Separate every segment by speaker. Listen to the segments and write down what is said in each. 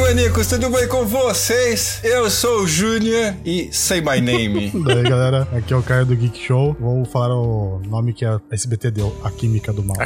Speaker 1: maníacos, tudo bem com vocês? Eu sou o Júnior e Say My Name.
Speaker 2: Daí, galera, aqui é o Caio do Geek Show. Vou falar o nome que a SBT deu, a Química do Mal.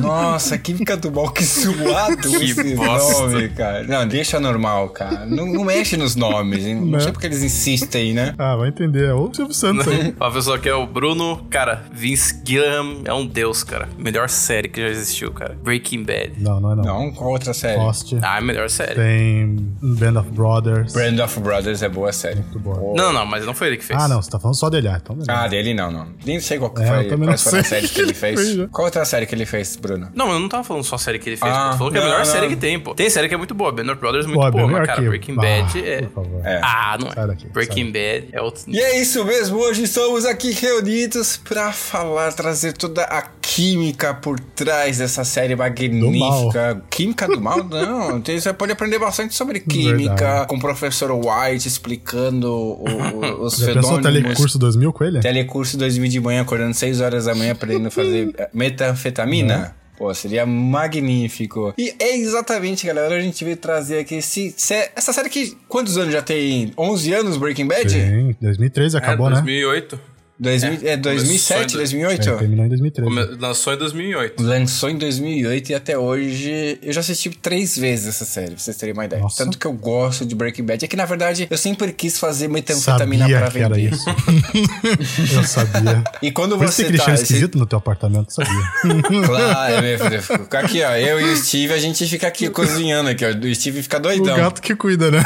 Speaker 1: Nossa, química do mal, que suado
Speaker 3: Que
Speaker 1: esse
Speaker 3: bosta.
Speaker 1: nome, cara. Não, deixa normal, cara. Não, não mexe nos nomes, hein? Não
Speaker 2: Né?
Speaker 1: sei porque eles insistem, né?
Speaker 2: Ah, vai entender. É o Silvio Santos aí.
Speaker 3: Uma pessoa que é o Bruno, cara, Vince Gilliam é um deus, cara. Melhor série que já existiu, cara. Breaking Bad.
Speaker 2: Não, não é não.
Speaker 1: Não, qual outra série?
Speaker 2: Lost.
Speaker 3: Ah, é a melhor série.
Speaker 2: Tem Band of Brothers.
Speaker 1: Brand of Brothers é boa série.
Speaker 2: Muito boa.
Speaker 3: Não, não, mas não foi ele que fez.
Speaker 2: Ah, não, você tá falando só dele. Ah, então beleza.
Speaker 1: Ah, dele não, não. Nem sei qual que
Speaker 2: É, eu
Speaker 1: foi,
Speaker 2: também não
Speaker 1: quais foram as
Speaker 2: sei
Speaker 1: séries que
Speaker 2: que
Speaker 1: ele
Speaker 2: ele fez,
Speaker 1: fez.
Speaker 2: né?
Speaker 1: Qual outra série que ele fez, Bruno?
Speaker 3: Não, mas eu não tava falando só a série que ele fez,
Speaker 1: Ah,
Speaker 3: pô. tu falou que é a
Speaker 1: não,
Speaker 3: melhor
Speaker 1: não.
Speaker 3: série que tem, pô. Tem série que é muito boa, Band of Brothers é muito
Speaker 2: Pô, é bem
Speaker 3: boa, mas,
Speaker 2: melhor
Speaker 3: cara,
Speaker 2: que eu.
Speaker 3: Breaking Bad
Speaker 2: Ah,
Speaker 3: é...
Speaker 2: por favor.
Speaker 1: É.
Speaker 3: Ah, não
Speaker 2: Sai
Speaker 3: é.
Speaker 2: daqui,
Speaker 3: Breaking Bad é outro...
Speaker 1: E é isso mesmo, hoje estamos aqui reunidos para falar, trazer toda a química por trás dessa série magnífica. Química do mal? Não, tem- você pode aprender bastante sobre química
Speaker 2: Verdade.
Speaker 1: com o professor White explicando o- o- os
Speaker 2: Já pensou o
Speaker 1: fenômenos.
Speaker 2: Telecurso 2000 com ele?
Speaker 1: Telecurso 2000 de manhã, acordando 6 horas da manhã, aprendendo a
Speaker 2: Uhum.
Speaker 1: fazer eh,
Speaker 2: Né?
Speaker 1: metanfetamina. Pô, seria magnífico. E é exatamente, galera, a gente veio trazer aqui esse, sé- essa série que quantos anos já tem? 11 anos, Breaking Bad?
Speaker 2: Sim, 2013 acabou,
Speaker 3: é,
Speaker 2: né?
Speaker 3: 2008.
Speaker 1: Dois mil- é, 2007,
Speaker 3: Começou
Speaker 1: 2008?
Speaker 2: É, terminou em 2013.
Speaker 3: Come- Lançou em 2008.
Speaker 1: Lançou em 2008 e até hoje eu já assisti três vezes essa série, pra vocês terem uma ideia.
Speaker 2: Nossa.
Speaker 1: Tanto que eu gosto de Breaking Bad. É que na verdade eu sempre quis fazer metanfetamina pra
Speaker 2: Sabia que era
Speaker 1: vender.
Speaker 2: isso. Eu sabia.
Speaker 1: E quando
Speaker 2: Por isso
Speaker 1: você
Speaker 2: tem aquele
Speaker 1: tá.
Speaker 2: cheiro
Speaker 1: esse-
Speaker 2: esquisito né? no teu apartamento, sabia?
Speaker 1: Claro, é mesmo. eu fico Aqui, ó, eu e o Steve, a gente fica aqui cozinhando aqui, ó. O Steve fica
Speaker 2: o
Speaker 1: doidão.
Speaker 2: gato que cuida, né?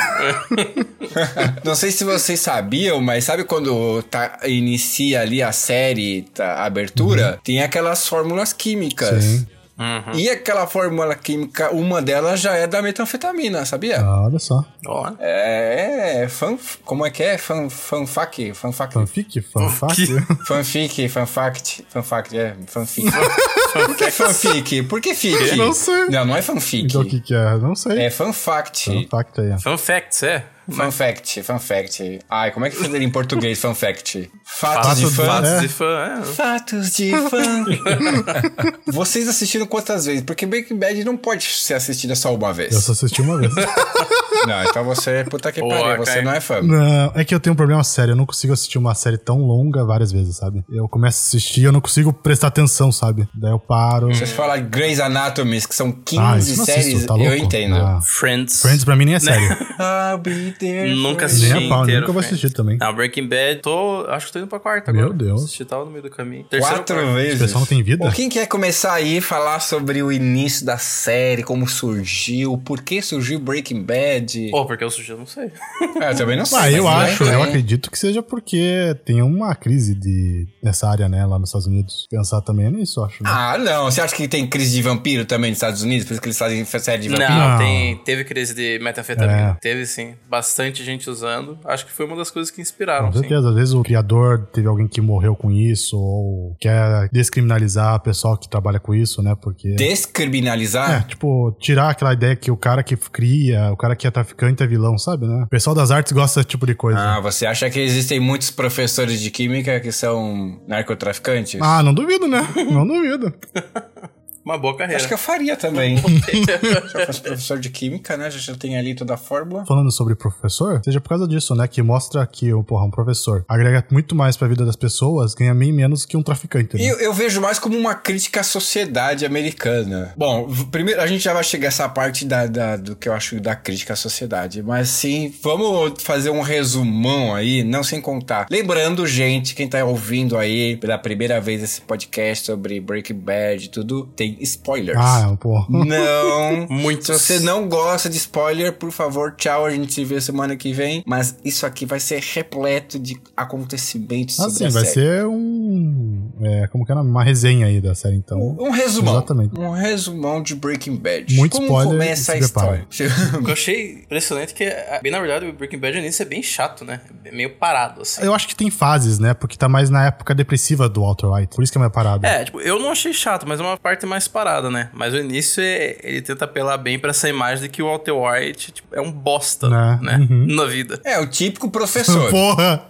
Speaker 1: Não sei se vocês sabiam, mas sabe quando tá, inicia ali a série, tá, a abertura? Tem aquelas fórmulas químicas.
Speaker 2: Uhum. Sim.
Speaker 3: Uhum.
Speaker 1: E aquela fórmula química, uma delas já é da metanfetamina, sabia?
Speaker 2: Ah, olha só.
Speaker 3: Ó.
Speaker 1: É, é fan, como é que é? Fan, fanfac, fanfac,
Speaker 2: Fanfic? Fanfac?
Speaker 1: fanfic, fanfact, fanfact, é, fanfic. Por que fanfic? Por que fic?
Speaker 2: Não sei.
Speaker 1: Não, não é fanfic.
Speaker 2: Então o que Então. que é? Não sei.
Speaker 1: É fanfact.
Speaker 2: Fanfact aí, ó.
Speaker 3: Fun facts, é.
Speaker 1: Fanfact, fanfact. Ai, como é que fala em português fanfact? Fatos de
Speaker 2: Fatos,
Speaker 1: fã.
Speaker 2: É.
Speaker 3: Fatos de fã, é.
Speaker 1: Fatos de fã. Vocês assistiram quantas vezes? Porque Breaking Bad não pode ser assistida só uma vez.
Speaker 2: Eu só assisti uma vez.
Speaker 1: Não, então você é puta que
Speaker 3: Pô,
Speaker 1: pariu, você
Speaker 3: cara.
Speaker 1: não é fã.
Speaker 2: Não, é que eu tenho um problema sério. Eu não consigo assistir uma série tão longa várias vezes, sabe? Eu começo a assistir, eu não consigo prestar atenção, sabe? Daí eu paro.
Speaker 1: Se você falar Grey's Anatomy, que são 15
Speaker 2: Ah, isso eu não
Speaker 1: séries,
Speaker 2: assisto, tá louco?
Speaker 1: eu entendo.
Speaker 2: Ah.
Speaker 3: Friends.
Speaker 2: Friends pra mim nem é série.
Speaker 1: I'll be there
Speaker 3: Nunca
Speaker 1: for you.
Speaker 3: assisti
Speaker 2: nem a pau,
Speaker 3: inteiro,
Speaker 2: nunca vou
Speaker 3: Friends.
Speaker 2: assistir também.
Speaker 3: Não, Breaking Bad, tô. Acho que tô indo pra quarta
Speaker 2: Meu
Speaker 3: agora.
Speaker 2: Deus.
Speaker 3: Assisti tava no meio do caminho.
Speaker 1: Quatro
Speaker 3: quarto.
Speaker 2: O
Speaker 1: vezes.
Speaker 2: pessoal não tem vida?
Speaker 1: Bom, quem quer começar aí falar sobre o início da série, como surgiu, por que surgiu Breaking Bad?
Speaker 3: Pô, porque eu sugiro, não sei.
Speaker 1: Ah, eu também não sei.
Speaker 2: Ah, eu
Speaker 1: mas,
Speaker 2: acho,
Speaker 1: né,
Speaker 2: eu
Speaker 1: é-
Speaker 2: acredito que seja porque tem uma crise de, nessa área, né, lá nos Estados Unidos. Pensar também é nisso, eu acho. né?
Speaker 1: Ah, não. Você acha que tem crise de vampiro também nos Estados Unidos? Por isso que eles fazem série de vampiro?
Speaker 3: Não,
Speaker 2: Não.
Speaker 3: tem, teve crise de metanfetamina.
Speaker 2: É.
Speaker 3: Teve sim. Bastante gente usando. Acho que foi uma das coisas que
Speaker 1: Ah,
Speaker 3: inspiraram.
Speaker 2: Com
Speaker 3: sim.
Speaker 2: certeza, às vezes o criador teve alguém que morreu com isso, ou quer descriminalizar o pessoal que trabalha com isso, né? Porque. É,
Speaker 1: Descriminalizar?
Speaker 2: tipo, tirar aquela ideia que o cara que cria, o cara que é traficante é vilão, sabe, né? O pessoal das artes gosta desse tipo de coisa.
Speaker 1: Ah,
Speaker 2: Ah,
Speaker 1: você acha que existem muitos professores de química que são narcotraficantes?
Speaker 2: não duvido, né? Não duvido.
Speaker 3: Uma boa carreira.
Speaker 1: Acho que é um- eu faria também. Se eu fosse professor de química, né? Já, já tem ali toda a fórmula.
Speaker 2: Falando sobre professor, seja por causa disso, né? Que mostra que, oh, porra, um professor agrega muito mais pra vida das pessoas, ganha bem menos que um traficante, né?
Speaker 1: E eu, eu vejo mais como uma crítica à sociedade americana. Bom, v- primeiro a gente já vai chegar essa parte da, da- do que eu acho da crítica à sociedade. Mas sim, vamos fazer um resumão aí, não sem contar. Lembrando, gente, quem tá ouvindo aí pela primeira vez esse podcast sobre Breaking Bad e tudo, tem spoilers.
Speaker 2: Ah, porra.
Speaker 1: Não.
Speaker 3: Muitos.
Speaker 1: Se você não gosta de spoiler, por favor, tchau. A gente se vê semana que vem. Mas isso aqui vai ser repleto de acontecimentos sobre
Speaker 2: Assim,
Speaker 1: a
Speaker 2: vai
Speaker 1: série.
Speaker 2: ser um. É, como que era? Uma resenha aí da série, então.
Speaker 1: Um resumão.
Speaker 2: Exatamente.
Speaker 1: Um resumão de Breaking Bad.
Speaker 2: Muito
Speaker 1: Como
Speaker 2: spoiler,
Speaker 1: começa a
Speaker 2: se
Speaker 1: história?
Speaker 3: O que eu achei impressionante que, é, bem na verdade, o Breaking Bad no início é bem chato, né? É meio parado, assim.
Speaker 2: Eu acho que tem fases, né? Porque tá mais na época depressiva do Walter White. Por isso que é mais parado.
Speaker 3: É, tipo, eu não achei chato, mas é uma parte mais parada, né? Mas o início é, ele tenta apelar bem pra essa imagem de que o Walter White tipo, é um bosta,
Speaker 2: Né?
Speaker 3: né?
Speaker 2: Uhum.
Speaker 3: Na vida.
Speaker 1: É, o típico professor.
Speaker 2: Porra!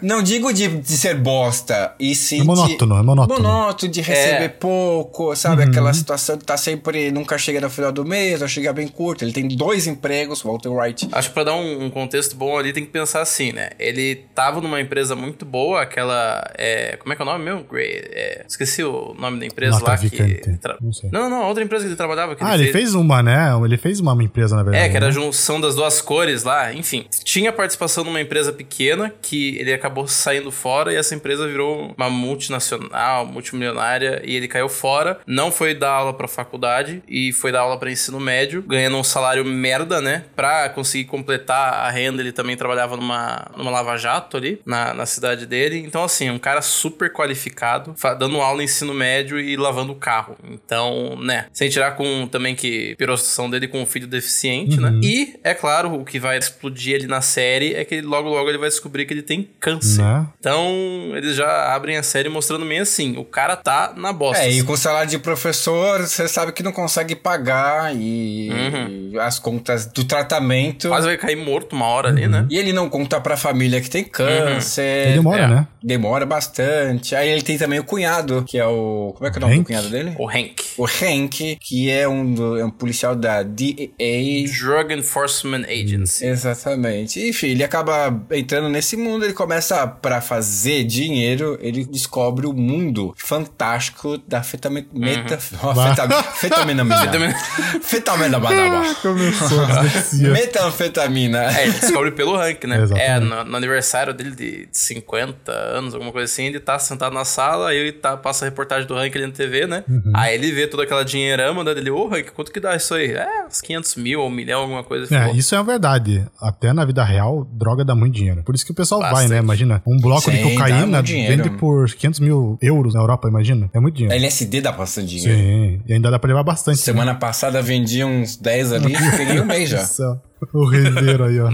Speaker 1: Não digo de, de ser bosta. chata e se.
Speaker 2: É monótono, é monótono.
Speaker 1: Monótono de receber é. pouco, sabe? Uhum. Aquela situação de tá sempre. Nunca chega no final do mês, ou chega bem curto. Ele tem dois empregos, Walter White.
Speaker 3: Acho que pra dar um, um, contexto bom ali, tem que pensar assim, né? Ele tava numa empresa muito boa, aquela. É, como é que é o nome mesmo? Grey. É, esqueci o nome da empresa Nota lá. Vicante. Que tra... não, sei. não, não, outra empresa que ele trabalhava. Que
Speaker 2: ah, ele, ele fez... fez... uma, né? Ele fez uma empresa, na verdade. né?
Speaker 3: É, que era a junção das duas cores lá. Enfim, tinha participação numa empresa pequena que ele acabou saindo fora e essa empresa virou uma multinacional, multimilionária e ele caiu fora. Não foi dar aula pra faculdade e foi dar aula para ensino médio, ganhando um salário merda, né? Pra conseguir completar a renda, ele também trabalhava numa, numa lava-jato ali, na, na cidade dele. Então, assim, um cara super qualificado, dando aula em ensino médio e lavando o carro. Então, né? Sem tirar com também que pirou a situação dele com um filho deficiente, uhum. né? E, é claro, o que vai explodir ele na série é que ele, logo logo ele vai descobrir que ele tem câncer.
Speaker 2: Uhum.
Speaker 3: Né? Então, eles já abrem a série mostrando meio assim: o cara tá na bosta.
Speaker 1: É,
Speaker 3: assim.
Speaker 1: e com o salário de professor, você sabe que não consegue pagar e, uhum. e as contas do tratamento.
Speaker 3: Quase vai cair morto uma hora uhum. ali, né?
Speaker 1: E ele não conta pra família que tem câncer.
Speaker 2: Uhum. demora, é. né?
Speaker 1: Demora bastante. Aí ele tem também o cunhado, que é o. Como é que é o nome Hank? do cunhado dele?
Speaker 3: O Hank.
Speaker 1: O Hank, que é um, do, é um policial da DEA
Speaker 3: Drug Enforcement Agency.
Speaker 1: Exatamente. Enfim, ele acaba entrando nesse mundo, ele começa para fazer dinheiro, ele descobre o mundo fantástico da fetami uhum. meta fetam fetamina fetamina fetamina metanfetamina.
Speaker 3: É, ele descobre pelo rank, né? Exatamente. É, no, no, aniversário dele de 50 anos, alguma coisa assim, ele tá sentado na sala, aí ele tá, passa a reportagem do rank ali na TV, né? Uhum. Aí ele vê toda aquela dinheirama, né? Ele, ô, oh, rank, quanto que dá isso aí? É, uns 500 mil ou um milhão, alguma coisa.
Speaker 2: É, falou. isso é verdade. Até na vida real, droga dá muito dinheiro. Por isso que o pessoal Bastante. vai, né? Imagina, um bloco Sim, de cocaína vende por 500 mil euros na Europa, imagina. É muito dinheiro.
Speaker 1: A LSD dá bastante dinheiro. Sim,
Speaker 2: e ainda dá pra levar bastante.
Speaker 1: Semana né? passada vendi uns 10 ali e peguei um mês já.
Speaker 2: é O rendeiro aí, ó.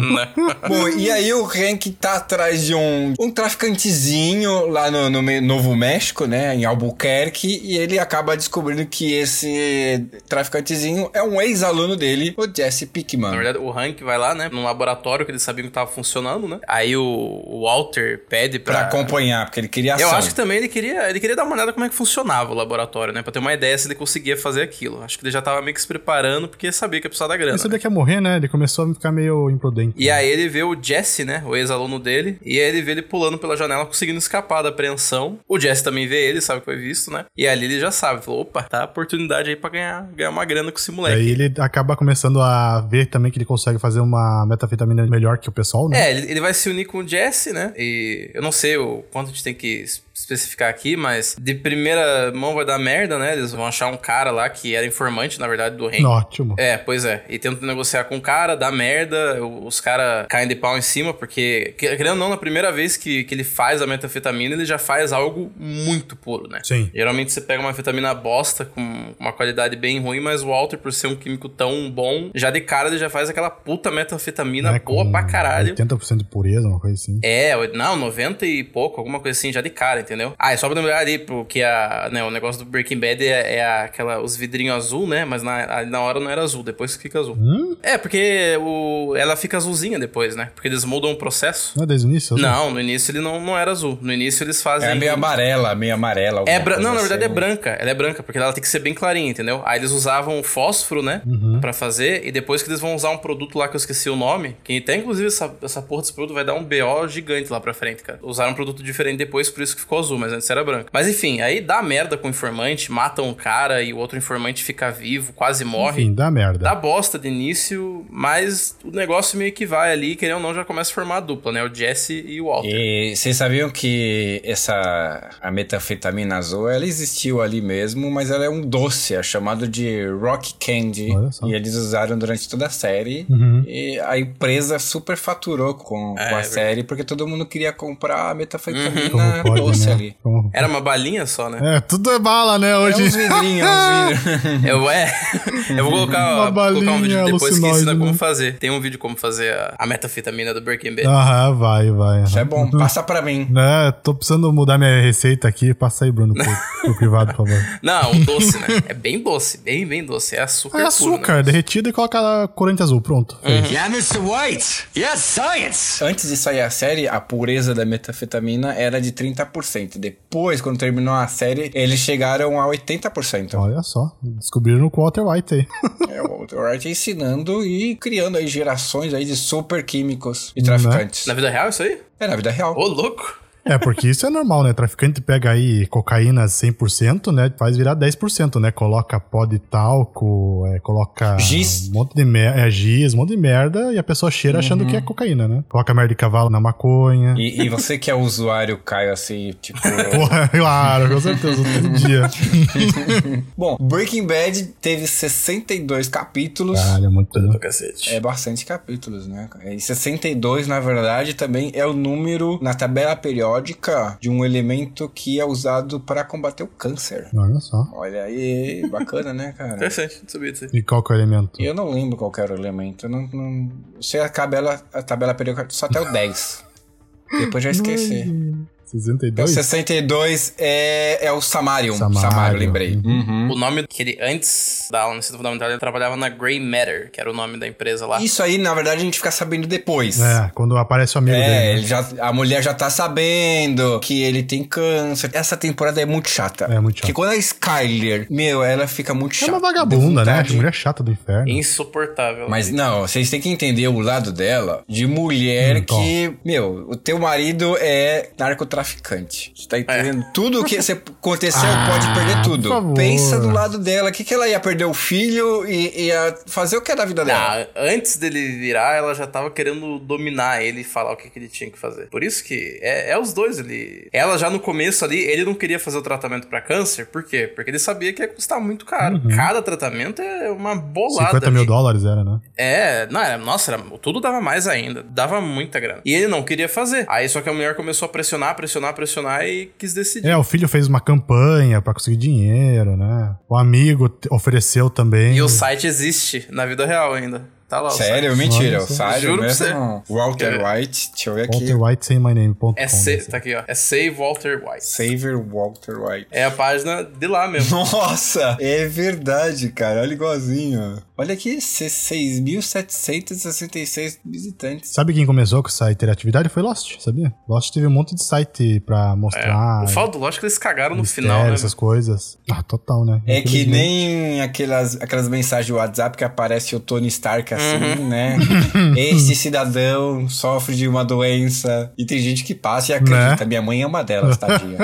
Speaker 1: Bom, e aí o Hank tá atrás de um, um traficantezinho lá no, no, Novo México, né? Em Albuquerque. E ele acaba descobrindo que esse traficantezinho é um ex-aluno dele, o Jesse Pickman.
Speaker 3: Na verdade, o Hank vai lá, né? Num laboratório que eles sabiam que tava funcionando, né? Aí o Walter pede pra...
Speaker 1: pra acompanhar, porque ele queria ação.
Speaker 3: Eu acho que também ele queria, ele queria dar uma olhada como é que funcionava o laboratório, né? Pra ter uma ideia se ele conseguia fazer aquilo. Acho que ele já tava meio que se preparando, porque sabia que ia precisar da grana. Ele
Speaker 2: sabia né? que ia morrer, né? Ele começou começou a ficar meio imprudente.
Speaker 3: E aí ele vê o Jesse, né? O ex-aluno dele. E aí ele vê ele pulando pela janela, conseguindo escapar da apreensão. O Jesse também vê ele, sabe que foi visto, né? E ali ele já sabe. Falou, opa, tá oportunidade aí pra ganhar, ganhar uma grana com esse moleque.
Speaker 2: Aí ele acaba começando a ver também que ele consegue fazer uma metafetamina melhor que o pessoal, né?
Speaker 3: É, ele, ele vai se unir com o Jesse, né? E eu não sei o quanto a gente tem que especificar aqui, mas de primeira mão vai dar merda, né? Eles vão achar um cara lá que era informante, na verdade, do rei.
Speaker 2: Ótimo.
Speaker 3: É, pois é. E tentam negociar com o cara, dá merda, os caras caem de pau em cima, porque, querendo ou não, na primeira vez que, que ele faz a metanfetamina, ele já faz algo muito puro, né?
Speaker 2: Sim.
Speaker 3: Geralmente você pega uma vitamina bosta com uma qualidade bem ruim, mas o Walter, por ser um químico tão bom, já de cara ele já faz aquela puta
Speaker 2: Né?
Speaker 3: metanfetamina é, boa pra caralho.
Speaker 2: 80% de pureza, uma coisa assim.
Speaker 3: É, não, 90 e pouco, alguma coisa assim, já de cara, entendeu? Ah, é só pra lembrar ali, porque a, né, o negócio do Breaking Bad é, é aquela, os vidrinhos azul, né? Mas na, na hora não era azul, depois fica azul.
Speaker 2: Hum?
Speaker 3: É, porque o, ela fica azulzinha depois, né? Porque eles mudam o processo.
Speaker 2: Não é desde o início?
Speaker 3: Azul. Não, no início ele não, não era azul. No início eles fazem.
Speaker 1: É meio amarela, meio amarela.
Speaker 3: tá É bran... Não, na verdade assim. é branca. Ela é branca, porque ela tem que ser bem clarinha, entendeu? Aí eles usavam fósforo, né? Uhum. Pra fazer. E depois que eles vão usar um produto lá que eu esqueci o nome. Que até inclusive essa, essa porra desse produto vai dar um BO gigante lá pra frente, cara. Usaram um produto diferente depois, por isso que ficou azul, mas antes era branco. Mas enfim, aí dá merda com o informante, matam um cara e o outro informante fica vivo, quase morre. Tá
Speaker 2: Enfim, assim, dá merda.
Speaker 3: Dá bosta de início, mas o negócio meio que vai ali, querendo ou não, já começa a formar a dupla, né? O Jesse e o Walter.
Speaker 1: E vocês sabiam que essa a metanfetamina azul, ela existiu ali mesmo, mas ela é um doce, é chamado de rock candy. E eles usaram durante toda a série. Uhum. E a empresa super faturou com, é, com a é série, porque todo mundo queria comprar a metanfetamina uhum. doce
Speaker 2: né?
Speaker 1: ali.
Speaker 2: Como...
Speaker 3: Era uma balinha só, né?
Speaker 2: É, tudo é bala, né?
Speaker 3: um
Speaker 2: Hoje. É
Speaker 1: uns vidrinhos, uns vidrinhos.
Speaker 3: Eu, é, eu vou colocar, uma balinha, vou colocar um vídeo depois que ensina como fazer. Tem um vídeo como fazer a, a metafetamina do Breaking Bad.
Speaker 2: Aham, vai, vai.
Speaker 1: Isso é bom, passa pra mim.
Speaker 2: É, tô precisando mudar minha receita aqui. Passa aí, Bruno, pro, pro privado, por favor.
Speaker 3: Não, um doce, né? É bem doce, bem, bem doce. É açúcar. É
Speaker 2: açúcar,
Speaker 3: puro, né?
Speaker 2: derretido e coloca corante azul. Pronto.
Speaker 4: Uhum. Yeah, Mr. White! Yes, yeah, science!
Speaker 1: Antes de sair a série, a pureza da metafetamina era de 30%. 60%. Depois, quando terminou a série, eles chegaram a 80%.
Speaker 2: Olha só, descobriram com o Walter White aí.
Speaker 1: é, o Walter White ensinando e criando aí gerações aí de super químicos
Speaker 2: Né?
Speaker 1: e traficantes.
Speaker 3: Na vida real isso aí?
Speaker 1: É, na vida real.
Speaker 3: Ô, louco!
Speaker 2: É, porque isso é normal, né? Traficante pega aí cocaína 100%, né? Faz virar 10%, né? Coloca pó de talco, é, coloca
Speaker 1: giz.
Speaker 2: um monte de merda, é, giz, um monte de merda, e a pessoa cheira uhum. achando que é cocaína, né? Coloca merda de cavalo na maconha.
Speaker 1: E, e você que é usuário, Caio, assim, tipo...
Speaker 2: Porra, claro, com certeza, todo dia.
Speaker 1: Bom, Breaking Bad teve 62 capítulos.
Speaker 2: Caralho, é muito...
Speaker 1: É bastante capítulos, né? E 62, na verdade, também é o número na tabela periódica de um elemento que é usado para combater o câncer.
Speaker 2: Olha só.
Speaker 1: Olha aí, bacana, né, cara?
Speaker 3: Interessante, não sabia disso.
Speaker 2: E qual que é o elemento?
Speaker 1: Eu não lembro qual era o elemento. Eu não, não... sei a tabela, a tabela periódica só até o 10. Depois já esqueci.
Speaker 2: 62? Então,
Speaker 1: 62 é, é o Samarium. Samarium, Samarium lembrei.
Speaker 3: Uhum. O nome que ele, antes da aula no ensino fundamental, ele trabalhava na Grey Matter, que era o nome da empresa lá.
Speaker 1: Isso aí, na verdade, a gente fica sabendo depois.
Speaker 2: É, quando aparece o amigo é, dele.
Speaker 1: É, né? já, a mulher já tá sabendo que ele tem câncer. Essa temporada é muito chata.
Speaker 2: É, muito chata.
Speaker 1: Porque quando a Skyler, meu, ela fica muito chata.
Speaker 2: É uma vagabunda, né? A mulher chata do inferno.
Speaker 3: Insuportável.
Speaker 1: Mas não, vocês têm que entender o lado dela de mulher hum, que, bom. meu, o teu marido é narcotraficante traficante. Você tá entendendo? É. Tudo o que aconteceu ah, pode perder tudo. Pensa do lado dela. O que, que ela ia perder o filho e ia fazer o que é da vida dela?
Speaker 3: Não, antes dele virar, ela já tava querendo dominar ele e falar o que, que ele tinha que fazer. Por isso que é, é, os dois ali. Ela já no começo ali, ele não queria fazer o tratamento para câncer. Por quê? Porque ele sabia que ia custar muito caro. Uhum. Cada tratamento é uma bolada.
Speaker 2: 50 mil ali. dólares era, né?
Speaker 3: É, não, era, nossa, era, tudo dava mais ainda. Dava muita grana. E ele não queria fazer. Aí só que a mulher começou a pressionar, pressionar pressionar, pressionar e quis decidir.
Speaker 2: É, o filho fez uma campanha para conseguir dinheiro, né? O amigo ofereceu também.
Speaker 3: E o site existe na vida real ainda. Tá lá,
Speaker 1: Sério?
Speaker 3: O
Speaker 1: site. Mentira, Nossa, o site juro mesmo. Pra você. Walter White, deixa eu ver aqui.
Speaker 2: Walter White Say My Name. né?
Speaker 3: É sa tá aqui, ó. É Save Walter White.
Speaker 1: Saver Walter White.
Speaker 3: É a página de lá mesmo.
Speaker 1: Nossa, é verdade, cara. Olha igualzinho. Olha aqui, 6.766 visitantes.
Speaker 2: Sabe quem começou com essa interatividade? Foi Lost, sabia? Lost teve um monte de site pra mostrar.
Speaker 3: É. O foda do Lost que eles cagaram no final, né?
Speaker 2: essas coisas. Ah, total, né?
Speaker 1: É que nem aquelas, aquelas mensagens do WhatsApp que aparece o Tony Stark assim, uhum. né? este cidadão sofre de uma doença. E tem gente que passa e acredita. Né? Minha mãe é uma delas, tadinha.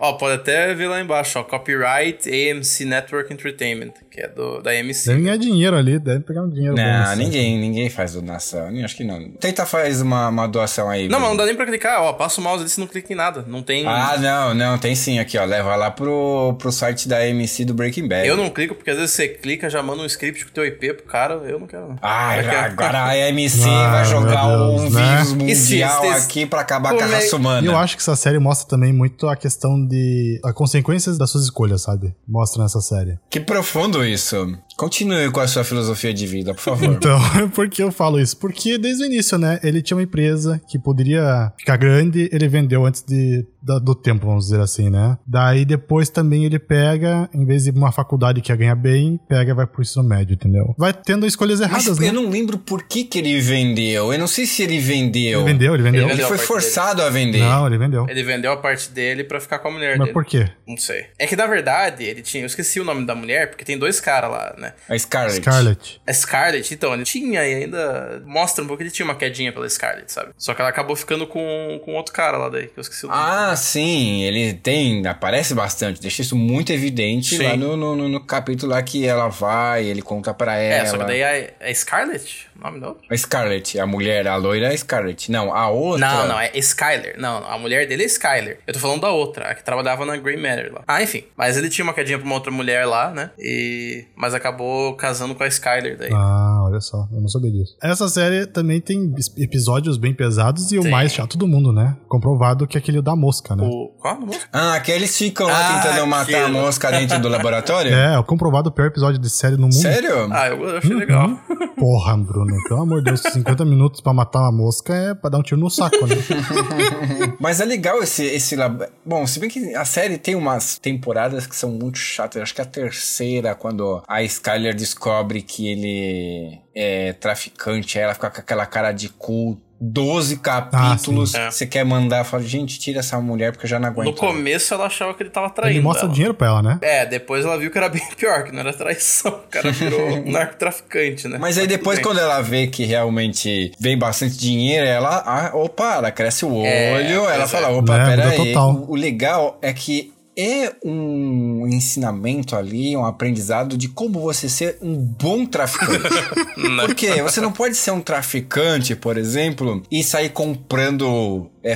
Speaker 3: ó, pode até ver lá embaixo, ó. Copyright AMC Network Entertainment, que é do, da AMC.
Speaker 2: Deve ganhar dinheiro ali, deve pegar um dinheiro.
Speaker 1: Não, ninguém, ninguém faz donação. Acho que não. Tenta fazer uma, uma doação aí.
Speaker 3: Não, mas um não dá nem pra clicar, ó. Passa o mouse ali, se não clica em nada. Não tem.
Speaker 1: Ah, não, não, tem sim aqui, ó. Leva lá pro, pro site da AMC do Breaking Bad.
Speaker 3: Eu não clico, porque às vezes você clica, já manda um script com o teu IP pro cara, eu não quero. Não. é
Speaker 1: Ah, agora a AMC ah, vai jogar Deus, um né? vírus mundial isso, isso, aqui isso. pra acabar com a
Speaker 3: é
Speaker 1: raça humana.
Speaker 2: Eu acho que essa série mostra também muito a questão de... as consequências das suas escolhas, sabe? Mostra nessa série.
Speaker 1: Que profundo isso. Continue com a sua filosofia de vida, por favor.
Speaker 2: então, por que eu falo isso? Porque desde o início, né? Ele tinha uma empresa que poderia ficar grande, ele vendeu antes de, da, do tempo, vamos dizer assim, né? Daí depois também ele pega, em vez de uma faculdade que ia ganhar bem, pega e vai pro ensino médio, entendeu? Vai tendo escolhas erradas, Mas, né?
Speaker 1: Eu não lembro por que que ele vendeu. Eu não sei se ele vendeu.
Speaker 2: Ele vendeu, ele vendeu.
Speaker 1: Ele, ele vendeu foi forçado
Speaker 2: dele.
Speaker 1: a vender.
Speaker 2: Não, ele vendeu.
Speaker 3: Ele vendeu a parte dele para ficar com a mulher
Speaker 2: Mas
Speaker 3: dele.
Speaker 2: por quê?
Speaker 3: Não sei. É que na verdade, ele tinha. Eu esqueci o nome da mulher, porque tem dois caras lá, né?
Speaker 1: A Scarlett.
Speaker 2: Scarlett.
Speaker 3: A Scarlett, então, ele tinha e ainda mostra um pouco que ele tinha uma quedinha pela Scarlett, sabe? Só que ela acabou ficando com, com outro cara lá daí, que eu esqueci o nome.
Speaker 1: Ah, sim, ele tem, aparece bastante, deixa isso muito evidente sim. lá no, no, no, no, capítulo lá que ela vai, ele conta pra ela. É,
Speaker 3: só que daí a, a Scarlett, o nome da outra?
Speaker 1: A Scarlett, a mulher, a loira é a Scarlett. Não, a outra...
Speaker 3: Não, não, é Skyler. Não, a mulher dele é Skyler. Eu tô falando da outra, a que trabalhava na Grey Matter lá. Ah, enfim, mas ele tinha uma quedinha pra uma outra mulher lá, né? E... Mas acabou casando com a Skyler daí.
Speaker 2: Ah, olha só, eu não sabia disso. Essa série também tem episódios bem pesados e Sim. o mais chato do mundo, né? Comprovado que é aquele da mosca, né? O...
Speaker 3: é
Speaker 1: Qual Ah, que eles ficam lá ah, tentando matar que... a mosca dentro do laboratório?
Speaker 2: É, o comprovado o pior episódio de série no mundo.
Speaker 1: Sério?
Speaker 3: Ah, eu achei uhum. legal.
Speaker 2: Hum? Porra, Bruno, pelo amor de Deus, 50 minutos pra matar uma mosca é pra dar um tiro no saco, né?
Speaker 1: Mas é legal esse, esse lab... Bom, se bem que a série tem umas temporadas que são muito chatas, acho que a terceira, quando a Skyler Skyler descobre que ele é traficante, aí ela fica com aquela cara de culto 12 capítulos.
Speaker 3: Ah, sim.
Speaker 1: Você quer mandar, fala, gente, tira essa mulher porque eu já não aguento.
Speaker 3: No começo ela achava que ele tava traindo.
Speaker 2: Ele mostra
Speaker 3: ela.
Speaker 2: o dinheiro pra ela, né?
Speaker 3: É, depois ela viu que era bem pior, que não era traição. O cara virou narcotraficante, né?
Speaker 1: Mas aí
Speaker 3: tudo
Speaker 1: depois,
Speaker 3: bem.
Speaker 1: quando ela vê que realmente vem bastante dinheiro, ela. Ah, opa, ela cresce o olho,
Speaker 3: É, pois
Speaker 1: ela
Speaker 3: é.
Speaker 1: fala, opa,
Speaker 2: É, muda
Speaker 1: peraí.
Speaker 2: total.
Speaker 1: O o legal é que é um ensinamento ali, um aprendizado de como você ser um bom traficante.
Speaker 3: Né?
Speaker 1: Porque você não pode ser um traficante, por exemplo, e sair comprando é,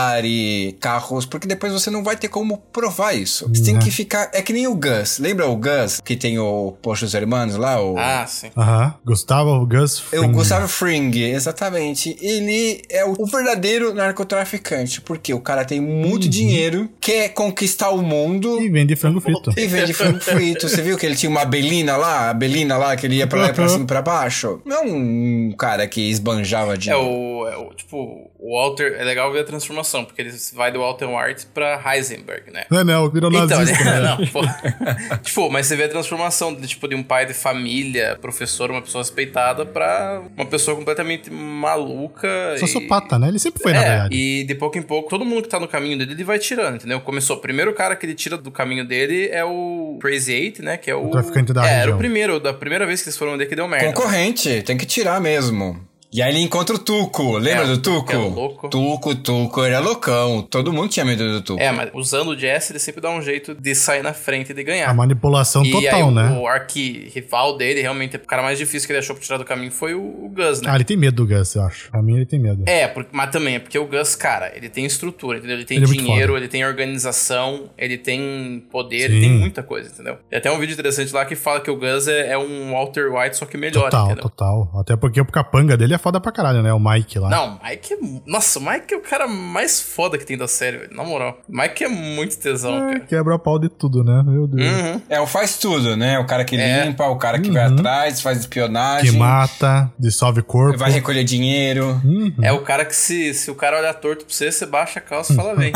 Speaker 1: Ferrari, carros, porque depois você não vai ter como provar isso. Você tem
Speaker 2: Né.
Speaker 1: que ficar. É que nem o Gus. Lembra o Gus que tem o Poxa dos Hermanos lá? O...
Speaker 3: Ah, sim.
Speaker 2: Aham. Gustavo Gus
Speaker 1: Eu,
Speaker 2: Fring.
Speaker 1: Gustavo Fring, exatamente. Ele é o, o verdadeiro narcotraficante, porque o cara tem muito dinheiro, quer conquistar o mundo
Speaker 2: Uhum. E vende frango frito.
Speaker 1: e vende frango frito. Você viu que ele tinha uma Belina lá? A Belina lá que ele ia pra lá e pra
Speaker 2: Uhum.
Speaker 1: cima e pra baixo? Não um cara que esbanjava
Speaker 3: É
Speaker 1: dinheiro.
Speaker 2: Uhum.
Speaker 3: o, é o- Tipo, o Walter. É legal ver a transformação, porque ele vai do Walter White pra Heisenberg, né?
Speaker 2: Não, não, virou
Speaker 3: Então,
Speaker 2: É nazista.
Speaker 3: né?
Speaker 2: né?
Speaker 3: não, pô. tipo, mas você vê a transformação de, tipo, de um pai de família, professor, uma pessoa respeitada, pra uma pessoa completamente maluca. e-
Speaker 2: Sociopata, né? Ele sempre foi, na
Speaker 3: é,
Speaker 2: verdade.
Speaker 3: e de pouco em pouco, todo mundo que tá no caminho dele, ele vai tirando, entendeu? Começou, o primeiro cara que ele tira do caminho dele é o Crazy Eight, né? Que é o...
Speaker 2: traficante da
Speaker 3: é, era
Speaker 2: região.
Speaker 3: o primeiro, da primeira vez que eles foram onde que deu merda.
Speaker 1: Concorrente, tem que tirar mesmo. E aí ele encontra o Tuco, lembra
Speaker 3: É,
Speaker 1: do Tuco?
Speaker 3: é o louco.
Speaker 1: Tuco, Tuco, era loucão. Todo mundo tinha medo do Tuco.
Speaker 3: É, mas usando o Jess, ele sempre dá um jeito de sair na frente e de ganhar.
Speaker 2: A manipulação
Speaker 3: e
Speaker 2: Ah, total,
Speaker 3: aí,
Speaker 2: né?
Speaker 3: o arqui-rival dele, realmente, o cara mais difícil que ele achou pra tirar do caminho foi o, o Gus, né?
Speaker 2: Ah, ele tem medo do Gus, eu acho. Pra mim, ele tem medo.
Speaker 3: É, por- mas também é porque o Gus, cara, ele tem estrutura, entendeu? Ele tem
Speaker 2: Ele é muito
Speaker 3: dinheiro,
Speaker 2: foda.
Speaker 3: ele tem organização, ele tem poder,
Speaker 2: Sim.
Speaker 3: ele tem muita coisa, entendeu? Tem até um vídeo interessante lá que fala que o Gus é, é um Walter White, só que melhor,
Speaker 2: total,
Speaker 3: entendeu?
Speaker 2: total. Até porque o capanga dele é foda pra caralho, né? O Mike lá.
Speaker 3: Não, o Mike é. Nossa, o Mike é o cara mais foda que tem da série, velho. Na moral. O Mike é muito tesão,
Speaker 2: É,
Speaker 3: cara.
Speaker 2: Quebra o pau de tudo, né? Meu Deus.
Speaker 3: Uhum.
Speaker 1: É, o faz tudo, né? O cara que
Speaker 3: É.
Speaker 1: limpa, o cara que vai
Speaker 2: Uhum.
Speaker 1: atrás, faz
Speaker 2: Que
Speaker 1: espionagem,
Speaker 2: mata, dissolve corpo.
Speaker 1: vai recolher dinheiro.
Speaker 2: Uhum.
Speaker 3: É o cara que se, se o cara olhar torto pra você, você baixa a calça e fala, vem.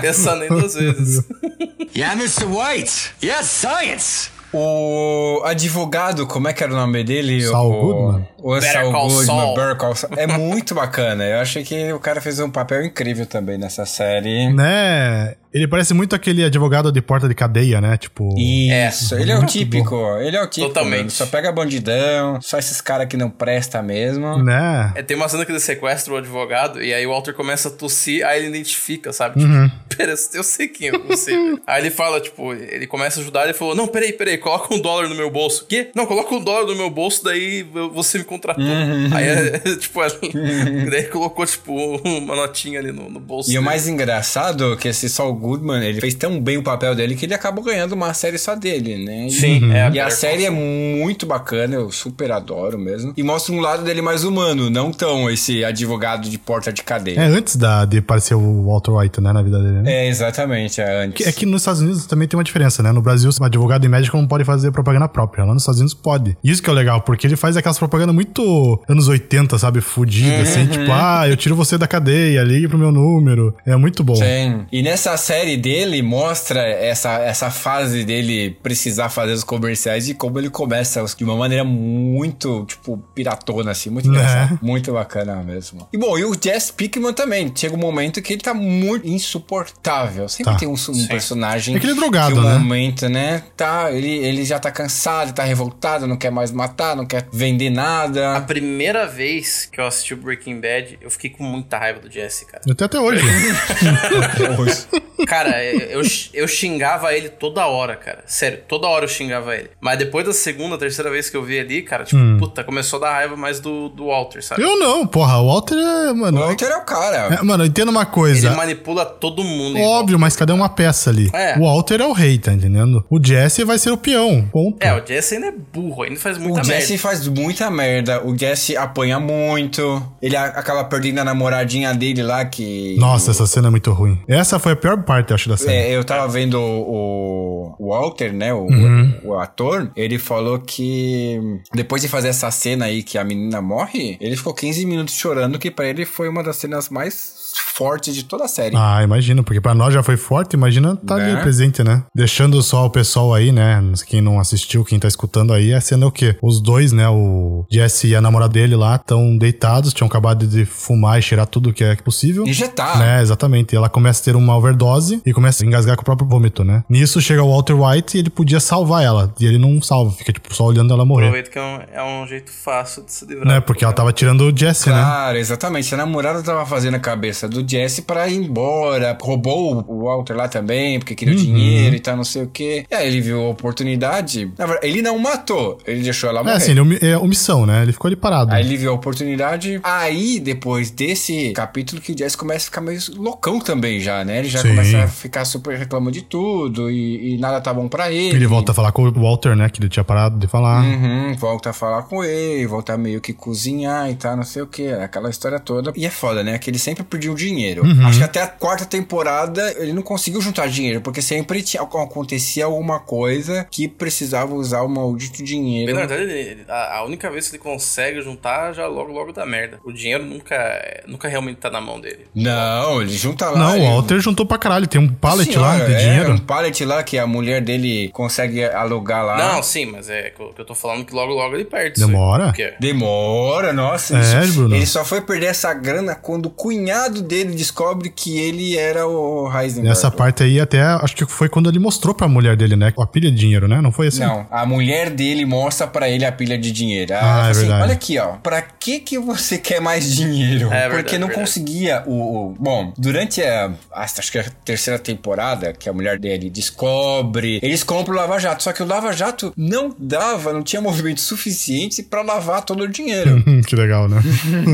Speaker 3: Pensa nem duas vezes.
Speaker 4: Yeah, Mr. White. Yes, science.
Speaker 1: O advogado, como é que era o nome dele?
Speaker 2: Saul
Speaker 1: o,
Speaker 2: Goodman?
Speaker 1: O
Speaker 3: Better
Speaker 1: Saul
Speaker 3: Call
Speaker 1: Goodman,
Speaker 3: Saul.
Speaker 1: Better Call Saul. É muito bacana. Eu achei que o cara fez um papel incrível também nessa série.
Speaker 2: Né? Ele parece muito aquele advogado de porta de cadeia, né? Tipo.
Speaker 1: Isso, ele é o
Speaker 2: Muito
Speaker 1: típico, ele é o típico.
Speaker 3: Totalmente.
Speaker 1: mano. Só pega bandidão, só esses caras que não presta mesmo.
Speaker 2: Né?
Speaker 3: É, tem uma cena que ele sequestra o advogado e aí o Walter começa a tossir, aí ele identifica, sabe? Tipo,
Speaker 2: Uhum.
Speaker 3: Pera, eu sei quem é você. velho. Aí ele fala, tipo, ele começa a ajudar, ele falou: Não, peraí, peraí, coloca um dólar no meu bolso. Quê? Não, coloca um dólar no meu bolso, daí eu- você me contratou.
Speaker 1: Uhum.
Speaker 3: Aí, é, tipo, ela- daí colocou, tipo, uma notinha ali no, no bolso.
Speaker 1: E o
Speaker 2: né?
Speaker 3: dele.
Speaker 1: mais engraçado é que esse Saul Goodman, ele fez tão bem o papel dele que ele acabou ganhando uma série só dele, né?
Speaker 3: Sim, é
Speaker 1: E a
Speaker 3: Better
Speaker 1: série é muito bacana, eu super adoro mesmo. E mostra um lado dele mais humano, não tão esse advogado de porta de
Speaker 2: É
Speaker 1: cadeia.
Speaker 2: antes da, de parecer o Walter White, né? Na vida dele. Né?
Speaker 1: É, exatamente, é
Speaker 2: Que-
Speaker 1: antes.
Speaker 2: É que nos Estados Unidos também tem uma diferença, né? No Brasil, um advogado e médico não pode fazer propaganda própria. Lá nos Estados Unidos pode. Isso que é o legal, porque ele faz aquelas propagandas muito anos 80, sabe? Fudida,
Speaker 1: Uhum.
Speaker 2: assim. Tipo, ah, eu tiro você da cadeia, ligue pro meu número. É muito bom.
Speaker 1: Sim. E nessa série dele mostra essa, essa fase dele precisar fazer os comerciais e como ele começa de uma maneira muito, tipo, piratona, assim, muito
Speaker 2: Né?
Speaker 1: engraçado. Muito bacana mesmo. E bom, e o Jess Pickman também. Chega um momento que ele tá muito insuportável. Sempre
Speaker 2: Tá.
Speaker 1: tem um, su- um personagem.
Speaker 2: É que ele é drogado,
Speaker 1: que um
Speaker 2: né?
Speaker 1: momento, né? Tá, ele, ele já tá cansado, tá revoltado, não quer mais matar, não quer vender
Speaker 3: A
Speaker 1: nada.
Speaker 3: primeira vez que eu assisti o Breaking Bad, eu fiquei com muita raiva do Jesse, cara.
Speaker 2: Eu tenho até hoje.
Speaker 3: Cara, eu, eu xingava ele toda hora, cara. Sério, toda hora eu xingava ele. Mas depois da segunda, terceira vez que eu vi ali, cara, tipo, puta, começou a dar raiva mais do, do Walter, sabe?
Speaker 2: Hum. eu não, porra. O Walter é, mano.
Speaker 1: O Walter é o cara.
Speaker 2: é- mano, eu entendo uma
Speaker 3: Ele
Speaker 2: coisa.
Speaker 3: manipula todo mundo. igual.
Speaker 2: Óbvio, mas cadê uma peça ali?
Speaker 3: É.
Speaker 2: O Walter é o rei, tá entendendo? O Jesse vai ser o peão. Ponto.
Speaker 3: É, o Jesse ainda é burro, ainda faz muita
Speaker 1: O
Speaker 3: merda.
Speaker 2: é
Speaker 1: Jesse faz muita merda. O Jesse apanha muito. Ele a- acaba perdendo a namoradinha dele lá que.
Speaker 2: Nossa, essa cena é muito ruim. Essa foi a pior parte, acho, da série.
Speaker 1: É, eu tava vendo o, o Walter, né? O, o ator, ele falou que depois de fazer essa cena aí que a menina morre, ele ficou 15 minutos chorando, que pra ele foi uma das cenas mais fortes de toda a série.
Speaker 2: Ah, imagino, porque pra nós já foi forte, imagina tá
Speaker 1: Né?
Speaker 3: É.
Speaker 2: ali presente, né? Deixando só o pessoal aí, né? Quem não assistiu, quem tá escutando aí, a cena é o quê? Os dois, né? O Jesse e a namorada dele lá estão deitados, tinham acabado de fumar e cheirar tudo que é possível.
Speaker 1: Injetar.
Speaker 2: Né, exatamente. E ela começa a ter uma overdose e começa a engasgar com o próprio vômito, né? Nisso chega o Walter White e ele podia salvar ela. E ele não salva, fica tipo só olhando ela morrer.
Speaker 3: Aproveito que é um, é um jeito fácil de se livrar.
Speaker 2: Né? Porque ela tava tirando o Jesse, né?
Speaker 1: Claro, exatamente. A namorada tava fazendo a cabeça do Jesse pra ir embora. Roubou o Walter lá também, porque
Speaker 2: Uhum.
Speaker 1: queria dinheiro e tal, não sei o quê. E aí ele viu a oportunidade. Na verdade, ele não matou. Ele deixou ela
Speaker 2: É
Speaker 1: morrer.
Speaker 2: assim, ele omi- é omissão, né? Ele ficou ali parado.
Speaker 1: Aí ele viu a oportunidade. Aí, depois desse capítulo, que o Jesse começa a ficar meio loucão também já, né? Ele já
Speaker 2: Sim.
Speaker 1: começa a ficar super reclamando de tudo e, e nada tá bom pra ele.
Speaker 2: Ele volta a falar com o Walter, né? Que ele tinha parado de falar.
Speaker 1: Uhum, volta a falar com ele, volta a meio que cozinhar e tal, não sei o que, aquela história toda. E é foda, né? Que ele sempre pediu dinheiro.
Speaker 2: Uhum.
Speaker 1: Acho que até a quarta temporada ele não conseguiu juntar dinheiro, porque sempre tinha, acontecia alguma coisa que precisava usar o maldito dinheiro.
Speaker 3: Bem, na verdade, então ele- ele- a, a única vez que ele consegue juntar já logo, logo dá merda. O dinheiro nunca, é- nunca realmente tá na mão dele.
Speaker 1: Não, ele junta lá.
Speaker 2: Não, o
Speaker 1: ele-
Speaker 2: Walter juntou pra caralho. Tem um pallet lá
Speaker 1: Senhora,
Speaker 2: de
Speaker 1: é, Um
Speaker 2: dinheiro.
Speaker 1: pallet lá que a mulher dele consegue alugar
Speaker 2: Ah.
Speaker 1: lá.
Speaker 3: Não, sim, mas é que eu, que eu tô falando que logo, logo ele perde.
Speaker 2: Demora?
Speaker 3: Porque
Speaker 1: Demora, nossa.
Speaker 2: É,
Speaker 1: isso-
Speaker 2: Bruno.
Speaker 1: Ele só foi perder essa grana quando o cunhado dele descobre que ele era o Heisenberg.
Speaker 2: Nessa parte aí, até acho que foi quando ele mostrou pra mulher dele, né? A pilha de dinheiro, né? Não foi assim?
Speaker 1: Não, a mulher dele mostra pra ele a pilha de dinheiro. Ela
Speaker 2: Ah,
Speaker 1: fala
Speaker 2: é verdade.
Speaker 1: Olha aqui, ó. Pra que que você quer mais dinheiro?
Speaker 3: É verdade,
Speaker 1: Porque não
Speaker 3: verdade.
Speaker 1: conseguia o, o- Bom, durante a, a- Acho que a terceira temporada, que a mulher dele descobre, eles compram o Lava Jato. Só que o Lava Jato não dava, não tinha movimento suficiente pra lavar todo o dinheiro.
Speaker 2: Hum, que legal, né?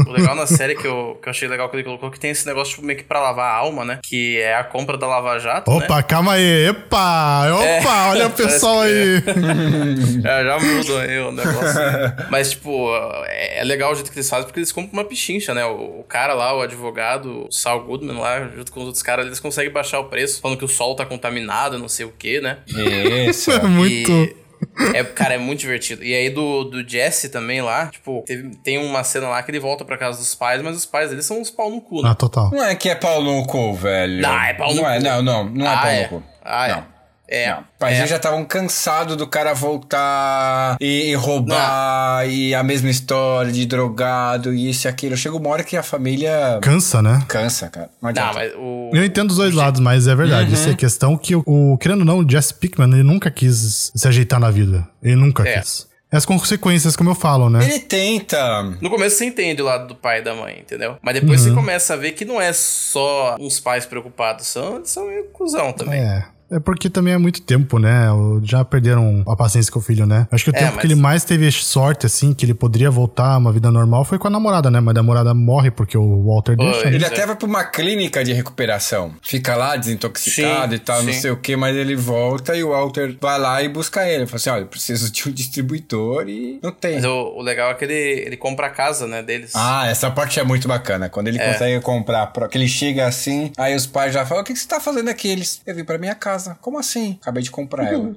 Speaker 3: o legal na série que eu, que eu achei legal que ele colocou que tem esse negócio tipo, meio que pra lavar a alma, né? Que é a compra da Lava Jato, né?
Speaker 2: Opa, calma aí. Epa! Opa,
Speaker 1: É,
Speaker 2: olha o pessoal aí.
Speaker 3: É, já mudou aí o negócio. Mas, tipo, é, é legal o jeito que eles fazem, porque eles compram uma pichincha, né? O, o cara lá, o advogado, o Saul Goodman lá, junto com os outros caras, eles conseguem baixar o preço, falando que o sol tá contaminado, não sei o quê, né?
Speaker 1: Isso.
Speaker 2: É muito.
Speaker 3: E é, cara, é muito divertido. E aí do, do Jesse também lá, tipo, teve- tem uma cena lá que ele volta pra casa dos pais, mas os pais deles são uns pau no cu, né?
Speaker 2: Ah, total.
Speaker 1: Não é que é pau no cu, velho.
Speaker 3: Não, é pau no
Speaker 1: não É,
Speaker 3: cu.
Speaker 1: não, não, não é
Speaker 3: ah,
Speaker 1: pau
Speaker 3: é.
Speaker 1: no cu.
Speaker 3: Ah, é.
Speaker 1: Não.
Speaker 3: É.
Speaker 1: Não, mas
Speaker 3: É.
Speaker 1: eles já estavam cansados do cara voltar e, e roubar e a mesma história de drogado e isso e aquilo. Chega uma hora que a família
Speaker 2: Cansa, né?
Speaker 1: cansa, cara. Não
Speaker 3: Não,
Speaker 1: adianta.
Speaker 3: mas o.
Speaker 2: Eu entendo os
Speaker 3: Uhum.
Speaker 2: dois lados, mas é verdade. Essa é a questão que o, o- querendo ou não, o Jesse Pickman, ele nunca quis se ajeitar na vida. Ele nunca
Speaker 3: É.
Speaker 2: quis. As consequências, como eu falo, né?
Speaker 1: Ele tenta.
Speaker 3: No começo você entende o lado do pai e da mãe, entendeu? Mas depois
Speaker 1: Uhum.
Speaker 3: você começa a ver que não é só uns pais preocupados, são, eles são meio cuzão também.
Speaker 2: É. É porque também é muito tempo, né? O- Já perderam a paciência com o filho, né? Acho que o
Speaker 3: É,
Speaker 2: tempo
Speaker 3: mas-
Speaker 2: que ele mais teve sorte, assim, que ele poderia voltar a uma vida normal foi com a namorada, né? Mas a namorada morre porque o Walter
Speaker 3: Foi.
Speaker 2: deixa. né?
Speaker 1: Ele
Speaker 3: é.
Speaker 1: até vai pra uma clínica de recuperação. Fica lá desintoxicado
Speaker 3: Sim,
Speaker 1: e tal, não
Speaker 3: sim.
Speaker 1: sei o que, mas ele volta e o Walter vai lá e busca ele. Fala assim: olha, eu preciso de um distribuidor e não tem.
Speaker 3: Mas o, o legal é que ele, ele compra a casa, né, deles.
Speaker 1: Ah, essa parte é muito bacana. Quando ele consegue comprar, pro- que ele chega assim, aí os pais já falam: O que, que você tá fazendo aqui? Eles, eu vim pra minha casa. Como assim? Acabei de comprar ela.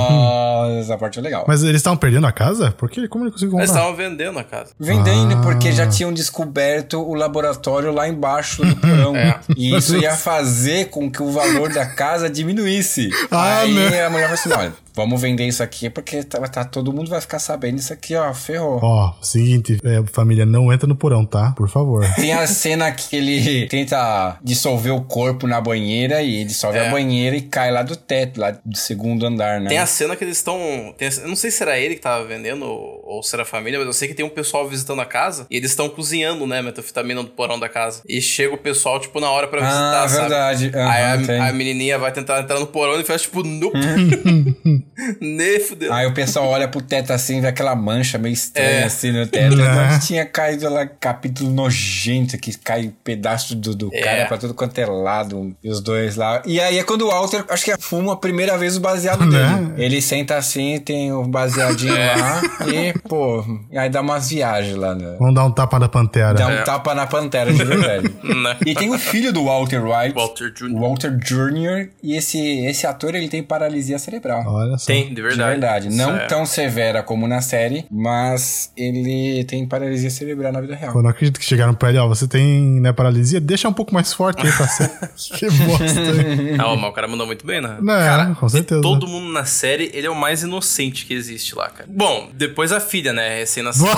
Speaker 1: Nossa, essa parte é legal.
Speaker 2: Mas eles estavam perdendo a casa? Por quê? Como ele conseguiu comprar?
Speaker 3: Eles estavam vendendo a casa.
Speaker 1: Vendendo,
Speaker 2: Ah.
Speaker 1: porque já tinham descoberto o laboratório lá embaixo do porão.
Speaker 3: É.
Speaker 1: E isso ia fazer com que o valor da casa diminuísse.
Speaker 2: Ah,
Speaker 1: aí
Speaker 2: não.
Speaker 1: a mulher falou assim: olha, vamos vender isso aqui, porque tá, tá- todo mundo vai ficar sabendo isso aqui, ó, ferrou.
Speaker 2: Ó, seguinte, é, família, não entra no porão, tá? Por favor.
Speaker 1: Tem a cena que ele tenta dissolver o corpo na banheira e ele dissolve
Speaker 3: É.
Speaker 1: a banheira e cai lá do teto, lá do segundo andar, né?
Speaker 3: Tem a cena que eles estão. tem a- Eu não sei se era ele que tava vendendo ou ou se era a família, mas eu sei que tem um pessoal visitando a casa e eles estão cozinhando, né, metanfetamina no porão da casa. E chega o pessoal, tipo, na hora pra visitar,
Speaker 1: Ah,
Speaker 3: sabe?
Speaker 1: verdade. Aham,
Speaker 3: Aí a-
Speaker 1: tem.
Speaker 3: a, menininha vai tentar entrar no porão e faz, tipo, nope. Nem fudeu.
Speaker 1: Aí o pessoal olha pro teto assim, vê aquela mancha meio estranha
Speaker 3: É.
Speaker 1: assim no teto.
Speaker 2: Né?
Speaker 1: Mas tinha caído lá capítulo nojento que cai um pedaço do, do
Speaker 3: É.
Speaker 1: cara pra tudo quanto é lado, e os dois lá. E aí é quando o Walter, acho que fuma a primeira vez o baseado
Speaker 2: Né?
Speaker 1: dele. Ele senta assim, tem o baseadinho
Speaker 3: É.
Speaker 1: lá e, pô, aí dá umas viagens lá, né?
Speaker 2: Vamos dar um tapa na pantera.
Speaker 1: Dá um tapa na pantera de verdade.
Speaker 3: Né?
Speaker 1: e tem o filho do Walter White.
Speaker 3: Walter Jr..
Speaker 1: o Walter Jr. E esse, esse ator, ele tem paralisia cerebral.
Speaker 2: Olha só.
Speaker 3: Tem, de verdade.
Speaker 1: De verdade. Não
Speaker 3: Isso é.
Speaker 1: tão severa como na série, mas ele tem paralisia cerebral na vida real.
Speaker 2: Pô, não acredito que chegaram pra ele, ó, você tem né, paralisia, deixa um pouco mais forte aí pra ser. que bosta. hein?
Speaker 3: Ah, mas o cara mandou muito bem, né?
Speaker 2: Não, com certeza.
Speaker 3: Todo mundo na série, ele é o mais inocente que existe lá, cara. Bom, depois a filha, né? Recém-nascida.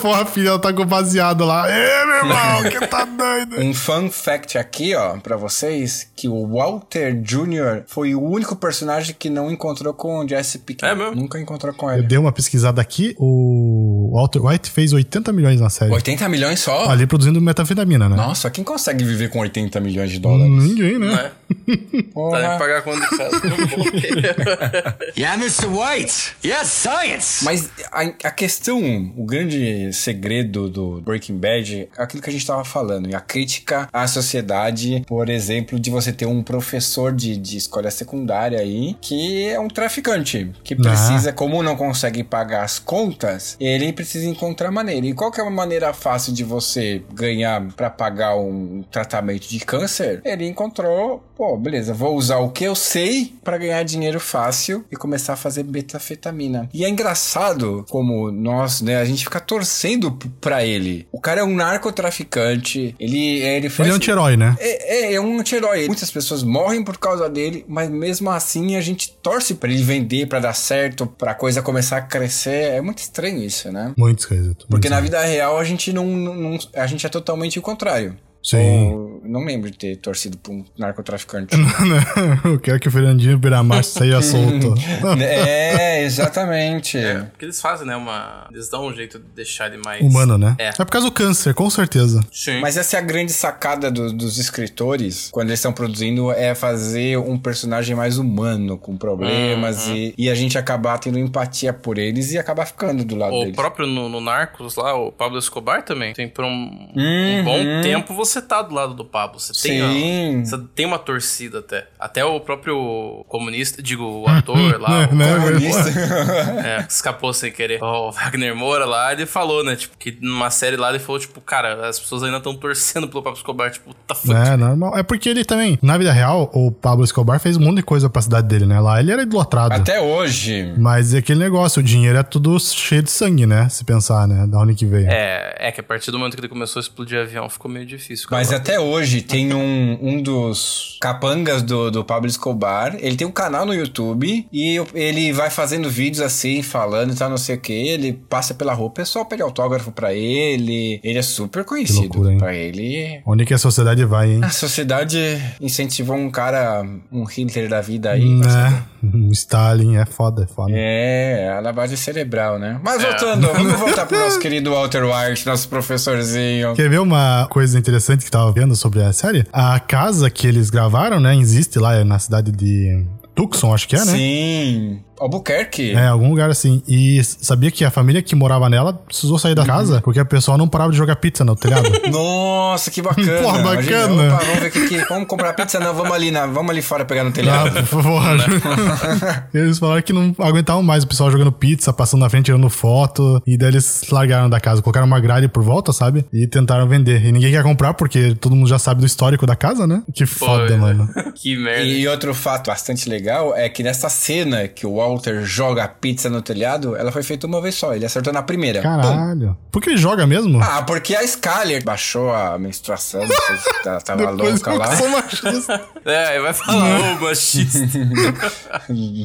Speaker 2: Porra, filha, ela tá com baseado lá. Ê, meu irmão, que tá doido.
Speaker 1: Um fun fact aqui, ó, pra vocês, que o Walter Jr. foi o único personagem que não encontrou com o Jesse Pinkman.
Speaker 3: É mesmo?
Speaker 1: Nunca encontrou com
Speaker 2: Eu
Speaker 1: ele.
Speaker 2: dei uma pesquisada aqui, o Walter White fez 80 milhões na série.
Speaker 1: 80 milhões só?
Speaker 2: Ali produzindo metafetamina, né?
Speaker 1: Nossa, quem consegue viver com 80 milhões de dólares?
Speaker 2: Ninguém, né?
Speaker 3: Né? Tá nem
Speaker 1: Porra.
Speaker 3: pagar quando casa.
Speaker 4: Yeah, Mr. White. Yes, science.
Speaker 1: Mas a, a questão, o grande segredo do Breaking Bad é aquilo que a gente estava falando, e a crítica à sociedade, por exemplo, de você ter um professor de, de escola secundária aí que é um traficante, que precisa, como é não consegue pagar as contas, ele precisa encontrar maneira. E qual que é uma maneira fácil de você ganhar para pagar um tratamento de câncer? Ele encontrou, pô, beleza, vou usar o que eu sei para ganhar dinheiro fácil e começar a fazer betafetamina. E é engraçado como nós, né, a gente fica torcendo p- pra ele. O cara é um narcotraficante, ele ele faz
Speaker 2: Ele é um anti-herói, né?
Speaker 1: é, é, é um anti-herói. Muitas pessoas morrem por causa dele, mas mesmo assim a gente torce pra ele vender, pra dar certo, pra coisa começar a crescer. É muito estranho isso, né?
Speaker 2: Muitos coisas.
Speaker 1: Porque na vida real a gente não, não- não- a gente é totalmente o contrário.
Speaker 2: Sim.
Speaker 1: Eu não lembro de ter torcido pra um narcotraficante.
Speaker 2: Eu quero que o Fernandinho Biramar saia solto.
Speaker 1: é, exatamente.
Speaker 3: Porque eles fazem, né? Uma... Eles dão um jeito de deixar ele mais.
Speaker 2: Humano, né?
Speaker 3: É.
Speaker 2: é por causa do câncer, com certeza.
Speaker 3: Sim.
Speaker 1: Mas essa é a grande sacada do- dos escritores, quando eles estão produzindo, é fazer um personagem mais humano, com problemas, e, e a gente acabar tendo empatia por eles e acabar ficando do lado é
Speaker 3: O
Speaker 1: deles.
Speaker 3: próprio no, no Narcos lá, o Pablo Escobar também. Tem por um, um
Speaker 1: Uhum.
Speaker 3: bom tempo você tá do lado do Pablo. Você tem,
Speaker 1: Sim.
Speaker 3: a- você tem uma torcida até. Até o próprio comunista, digo, o ator lá. o-
Speaker 2: Né?
Speaker 3: É, escapou sem querer. O Wagner Moura lá, ele falou, né? Tipo, que numa série lá ele falou, tipo, cara, as pessoas ainda estão torcendo pelo Pablo Escobar, tipo, tá
Speaker 1: Né?
Speaker 3: fudido.
Speaker 2: É, normal. É porque ele também, na vida real, o Pablo Escobar fez um monte de coisa pra cidade dele, né? Lá ele era idolatrado.
Speaker 1: Até hoje.
Speaker 2: Mas é aquele negócio, o dinheiro é tudo cheio de sangue, né? Se pensar, né? Da onde que veio.
Speaker 3: É, é que a partir do momento que ele começou a explodir avião, ficou meio difícil. cara.
Speaker 1: Mas até hoje tem um, um dos capangas do, do Pablo Escobar. Ele tem um canal no YouTube e eu- ele vai fazendo vídeos assim, falando e tal, não sei o que. Ele passa pela rua, o pessoal pede autógrafo pra ele. Ele é super conhecido.
Speaker 2: loucura, hein?
Speaker 1: pra ele.
Speaker 2: Onde que a sociedade vai, hein?
Speaker 1: A sociedade incentivou um cara, um Hitler da vida aí. pra ser-
Speaker 2: Né? O Stalin é foda, é foda.
Speaker 1: É, a lavagem cerebral, né? Mas voltando, vamos voltar pro nosso querido Walter White, nosso professorzinho.
Speaker 2: Quer ver uma coisa interessante que eu tava vendo sobre a série? A casa que eles gravaram, né? Existe lá é na cidade de Tucson, acho que é, né?
Speaker 1: Sim. Albuquerque.
Speaker 2: É, algum lugar assim. E s- sabia que a família que morava nela precisou sair da casa porque a pessoa não parava de jogar pizza no telhado.
Speaker 1: Nossa, que bacana.
Speaker 2: Pô,
Speaker 1: A gente-
Speaker 2: bacana.
Speaker 1: opa, vamos ver o que que- Vamos comprar pizza, não. Vamos ali, na, vamos ali fora pegar no
Speaker 2: Ah,
Speaker 1: telhado.
Speaker 2: por favor. eles falaram que não aguentavam mais o pessoal jogando pizza, passando na frente, tirando foto. E daí eles largaram da casa, colocaram uma grade por volta, sabe? E tentaram vender. E ninguém quer comprar porque todo mundo já sabe do histórico da casa, né? Que foda,
Speaker 1: é.
Speaker 3: Pô,
Speaker 2: mano.
Speaker 3: Que
Speaker 2: Ah,
Speaker 3: merda.
Speaker 1: E outro fato bastante legal é que nessa cena que o Walter joga a pizza no telhado, ela foi feita uma vez só. Ele acertou na primeira. Pum.
Speaker 2: Caralho. Por que ele joga mesmo?
Speaker 1: Ah, porque a Scaler baixou a menstruação, não sei se ela tava
Speaker 2: Depois
Speaker 1: tá louca
Speaker 2: eu
Speaker 1: lá.
Speaker 2: sou machista.
Speaker 3: É, aí vai falar, ô machista.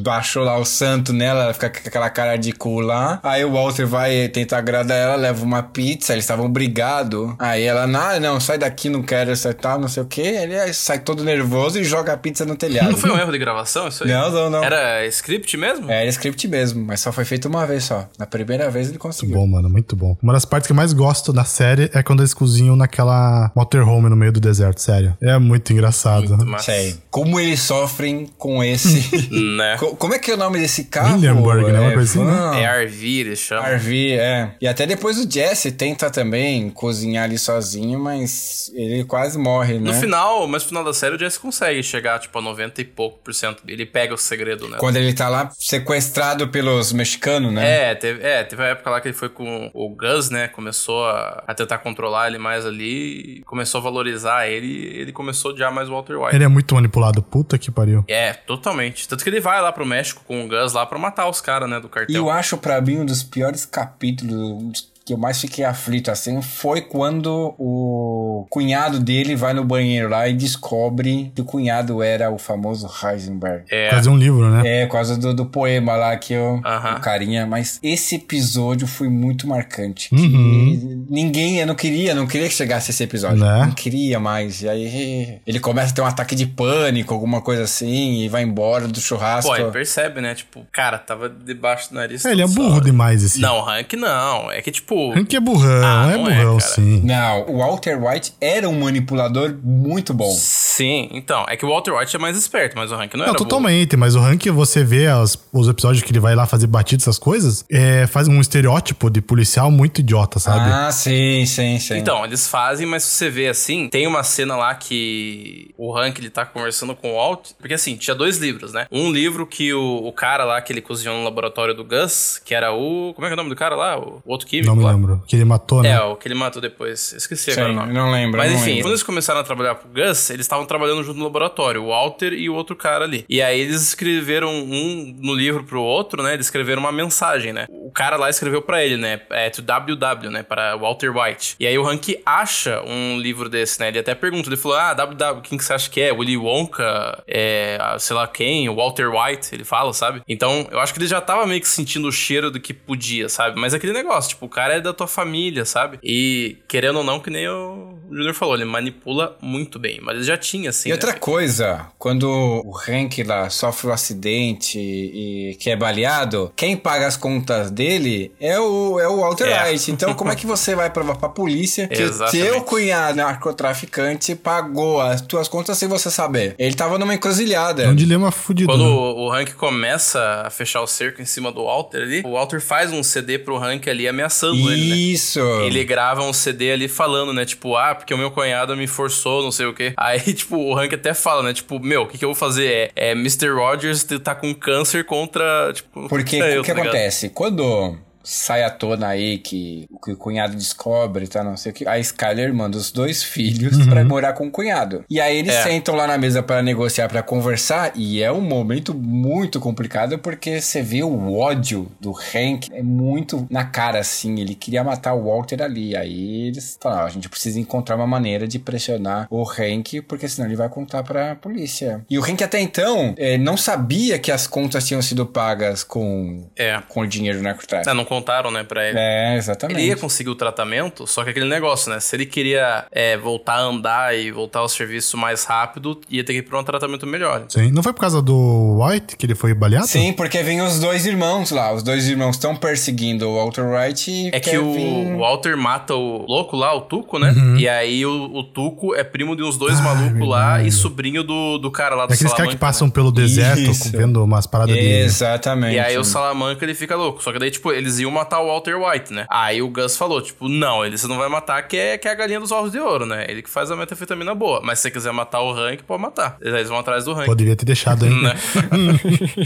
Speaker 1: Baixou lá o santo nela, ela fica com aquela cara de cu lá. Aí o Walter vai tentar agradar ela, leva uma pizza, eles estavam brigados. Aí ela, ah, não, sai daqui, não quero essa tal, não sei o que. Ele aí, sai todo nervoso e joga a pizza no telhado.
Speaker 3: Não foi um erro de gravação isso aí?
Speaker 1: Não, não, não.
Speaker 3: Era script mesmo? mesmo?
Speaker 1: É, era script mesmo, mas só foi feito uma vez só. Na primeira vez ele
Speaker 2: Muito
Speaker 1: conseguiu.
Speaker 2: bom, mano, muito bom. Uma das partes que eu mais gosto da série é quando eles cozinham naquela motorhome no meio do deserto, sério. É muito engraçado.
Speaker 3: Muito massa.
Speaker 1: Sei. Como eles sofrem com esse.
Speaker 3: Né?
Speaker 1: Co- Como é que é o nome desse carro?
Speaker 2: Hindenburg, né? Uma coisa assim, né?
Speaker 1: van?
Speaker 3: É RV, eles chamam.
Speaker 1: Harvey, é. E até depois o Jesse tenta também cozinhar ali sozinho, mas ele quase morre, né?
Speaker 3: No final, mas no final da série, o Jesse consegue chegar, tipo, a 90 e pouco por cento. Ele pega o segredo, né?
Speaker 1: Quando ele tá lá sequestrado pelos mexicanos, né?
Speaker 3: É teve, é, teve uma época lá que ele foi com o Gus, né? Começou a, a tentar controlar ele mais ali, e começou a valorizar ele, e ele começou a odiar mais o Walter White.
Speaker 2: Ele é muito manipulado, puta que pariu.
Speaker 3: É, totalmente. Tanto que ele vai lá pro México com o Gus lá pra matar os caras, né, do
Speaker 1: E
Speaker 3: cartel.
Speaker 1: eu acho pra mim um dos piores capítulos um dos que eu mais fiquei aflito assim foi quando o cunhado dele vai no banheiro lá e descobre que o cunhado era o famoso Heisenberg.
Speaker 3: É,
Speaker 2: Fazer um livro, né?
Speaker 1: É, por causa do, do poema lá que eu.
Speaker 3: Aham.
Speaker 1: O carinha, mas esse episódio foi muito marcante.
Speaker 2: Uhum.
Speaker 1: Que ninguém, eu não queria, não queria que chegasse esse episódio.
Speaker 2: Né?
Speaker 1: Não queria mais. E aí ele começa a ter um ataque de pânico, alguma coisa assim, e vai embora do churrasco.
Speaker 3: pô, ele percebe, né? Tipo, cara, tava debaixo do nariz.
Speaker 2: É, ele é
Speaker 3: toda
Speaker 2: burro
Speaker 3: hora.
Speaker 2: demais, esse.
Speaker 3: Não, Hank não. É que, tipo,
Speaker 2: Hank é burrão,
Speaker 3: Ah,
Speaker 2: é
Speaker 3: não é,
Speaker 2: burrão,
Speaker 3: cara.
Speaker 2: sim.
Speaker 1: Não, o Walter White era um manipulador muito bom.
Speaker 3: Sim, então. É que o Walter White é mais esperto, mas o Hank não,
Speaker 2: Não,
Speaker 3: era.
Speaker 2: totalmente, mas o Hank, você vê as- os episódios que ele vai lá fazer batida, essas coisas, é, faz um estereótipo de policial muito idiota, sabe?
Speaker 1: Ah, sim, sim, sim.
Speaker 3: burro. Então, eles fazem, mas se você vê assim, tem uma cena lá que o Hank ele tá conversando com o Walt. Porque assim, tinha dois livros, né? Um livro que o, o cara lá que ele cozinhou no laboratório do Gus, que era o. Como é que é o nome do cara lá? O, o outro químico
Speaker 2: não me
Speaker 3: lá.
Speaker 2: lembro. Que ele matou, né?
Speaker 3: É, o que ele matou depois. Esqueci
Speaker 1: Sim,
Speaker 3: agora o nome.
Speaker 1: não lembro,
Speaker 3: Mas
Speaker 1: não
Speaker 3: enfim,
Speaker 1: lembro.
Speaker 3: quando eles começaram a trabalhar pro Gus, eles estavam trabalhando junto no laboratório, o Walter e o outro cara ali. E aí eles escreveram um no livro pro outro, né? Eles escreveram uma mensagem, né? O cara lá escreveu pra ele, né? É to WW, né? Para Walter White. E aí o Hank acha um livro desse, né? Ele até pergunta, ele falou: Ah, WW, quem que você acha que é? Willy Wonka? É, ah, sei lá quem? O Walter White, ele fala, sabe? Então eu acho que ele já tava meio que sentindo o cheiro do que podia, sabe? Mas é aquele negócio, tipo, o cara é da tua família, sabe? E querendo ou não, que nem o Junior falou, ele manipula muito bem. Mas ele já tinha, assim.
Speaker 1: E
Speaker 3: né?
Speaker 1: outra coisa, quando o Hank lá sofre um acidente e que é baleado, quem paga as contas dele é o, é o Walter
Speaker 3: É.
Speaker 1: White. Então, como é que você vai provar pra polícia que o
Speaker 3: Exatamente.
Speaker 1: teu cunhado narcotraficante pagou as tuas contas sem você saber? Ele tava numa encruzilhada.
Speaker 2: É um dilema fudido.
Speaker 3: Quando
Speaker 2: né?
Speaker 3: o o Hank começa a fechar o cerco em cima do Walter ali, o Walter faz um CD pro Hank ali ameaçando ele, né?
Speaker 1: Isso.
Speaker 3: Ele grava um CD ali falando, né? Tipo, ah, porque o meu cunhado me forçou, não sei o quê. Aí, tipo, o Hank até fala, né? Tipo, meu, o que, que eu vou fazer? É, é Mr. Rogers tá com câncer contra, tipo...
Speaker 1: Porque
Speaker 3: eu,
Speaker 1: o que
Speaker 3: tá ligado?
Speaker 1: acontece? Quando sai à tona aí que, que o cunhado descobre, tá, não sei o que, a Skyler manda os dois filhos pra morar com o cunhado. E aí eles
Speaker 3: É.
Speaker 1: sentam lá na mesa pra negociar, pra conversar, e é um momento muito complicado porque você vê o ódio do Hank é muito na cara assim, ele queria matar o Walter ali. Aí eles falam, "Ah, a gente precisa encontrar uma maneira de pressionar o Hank, porque senão ele vai contar pra polícia. E o Hank até então eh, não sabia que as contas tinham sido pagas com
Speaker 3: É.
Speaker 1: com o dinheiro do
Speaker 3: Ah,
Speaker 1: narcotráfico.
Speaker 3: não contaram, né, pra ele.
Speaker 1: É,
Speaker 3: Ele ia
Speaker 1: exatamente.
Speaker 3: conseguir o tratamento, só que aquele negócio, né? Se ele queria é, voltar a andar e voltar ao serviço mais rápido, ia ter que ir pra um tratamento melhor.
Speaker 2: Sim. Não foi por causa do White que ele foi baleado? É
Speaker 1: Sim, porque vem os dois irmãos lá. Os dois irmãos estão perseguindo o Walter Wright e
Speaker 3: É que
Speaker 1: quer
Speaker 3: o
Speaker 1: vir-
Speaker 3: Walter mata o louco lá, o Tuco, né? E aí o, o Tuco é primo de uns dois
Speaker 2: Uhum. Ah,
Speaker 3: malucos lá
Speaker 2: verdade.
Speaker 3: e sobrinho do, do cara lá né? do
Speaker 2: É aqueles caras que
Speaker 3: Salamanca.
Speaker 2: passam pelo deserto
Speaker 1: Isso.
Speaker 2: vendo umas paradas de.
Speaker 1: Exatamente.
Speaker 3: E
Speaker 2: né?
Speaker 3: aí o Salamanca ele fica louco. Só que daí, tipo, eles iam matar o Walter White, né? Aí o Gus falou, tipo, não, ele você não vai matar que é, que é a galinha dos ovos de ouro, né? Ele que faz a metafetamina boa. Mas se você quiser matar o Rank, pode matar. Eles vão atrás do Rank.
Speaker 2: Poderia ter deixado hein?
Speaker 3: Né?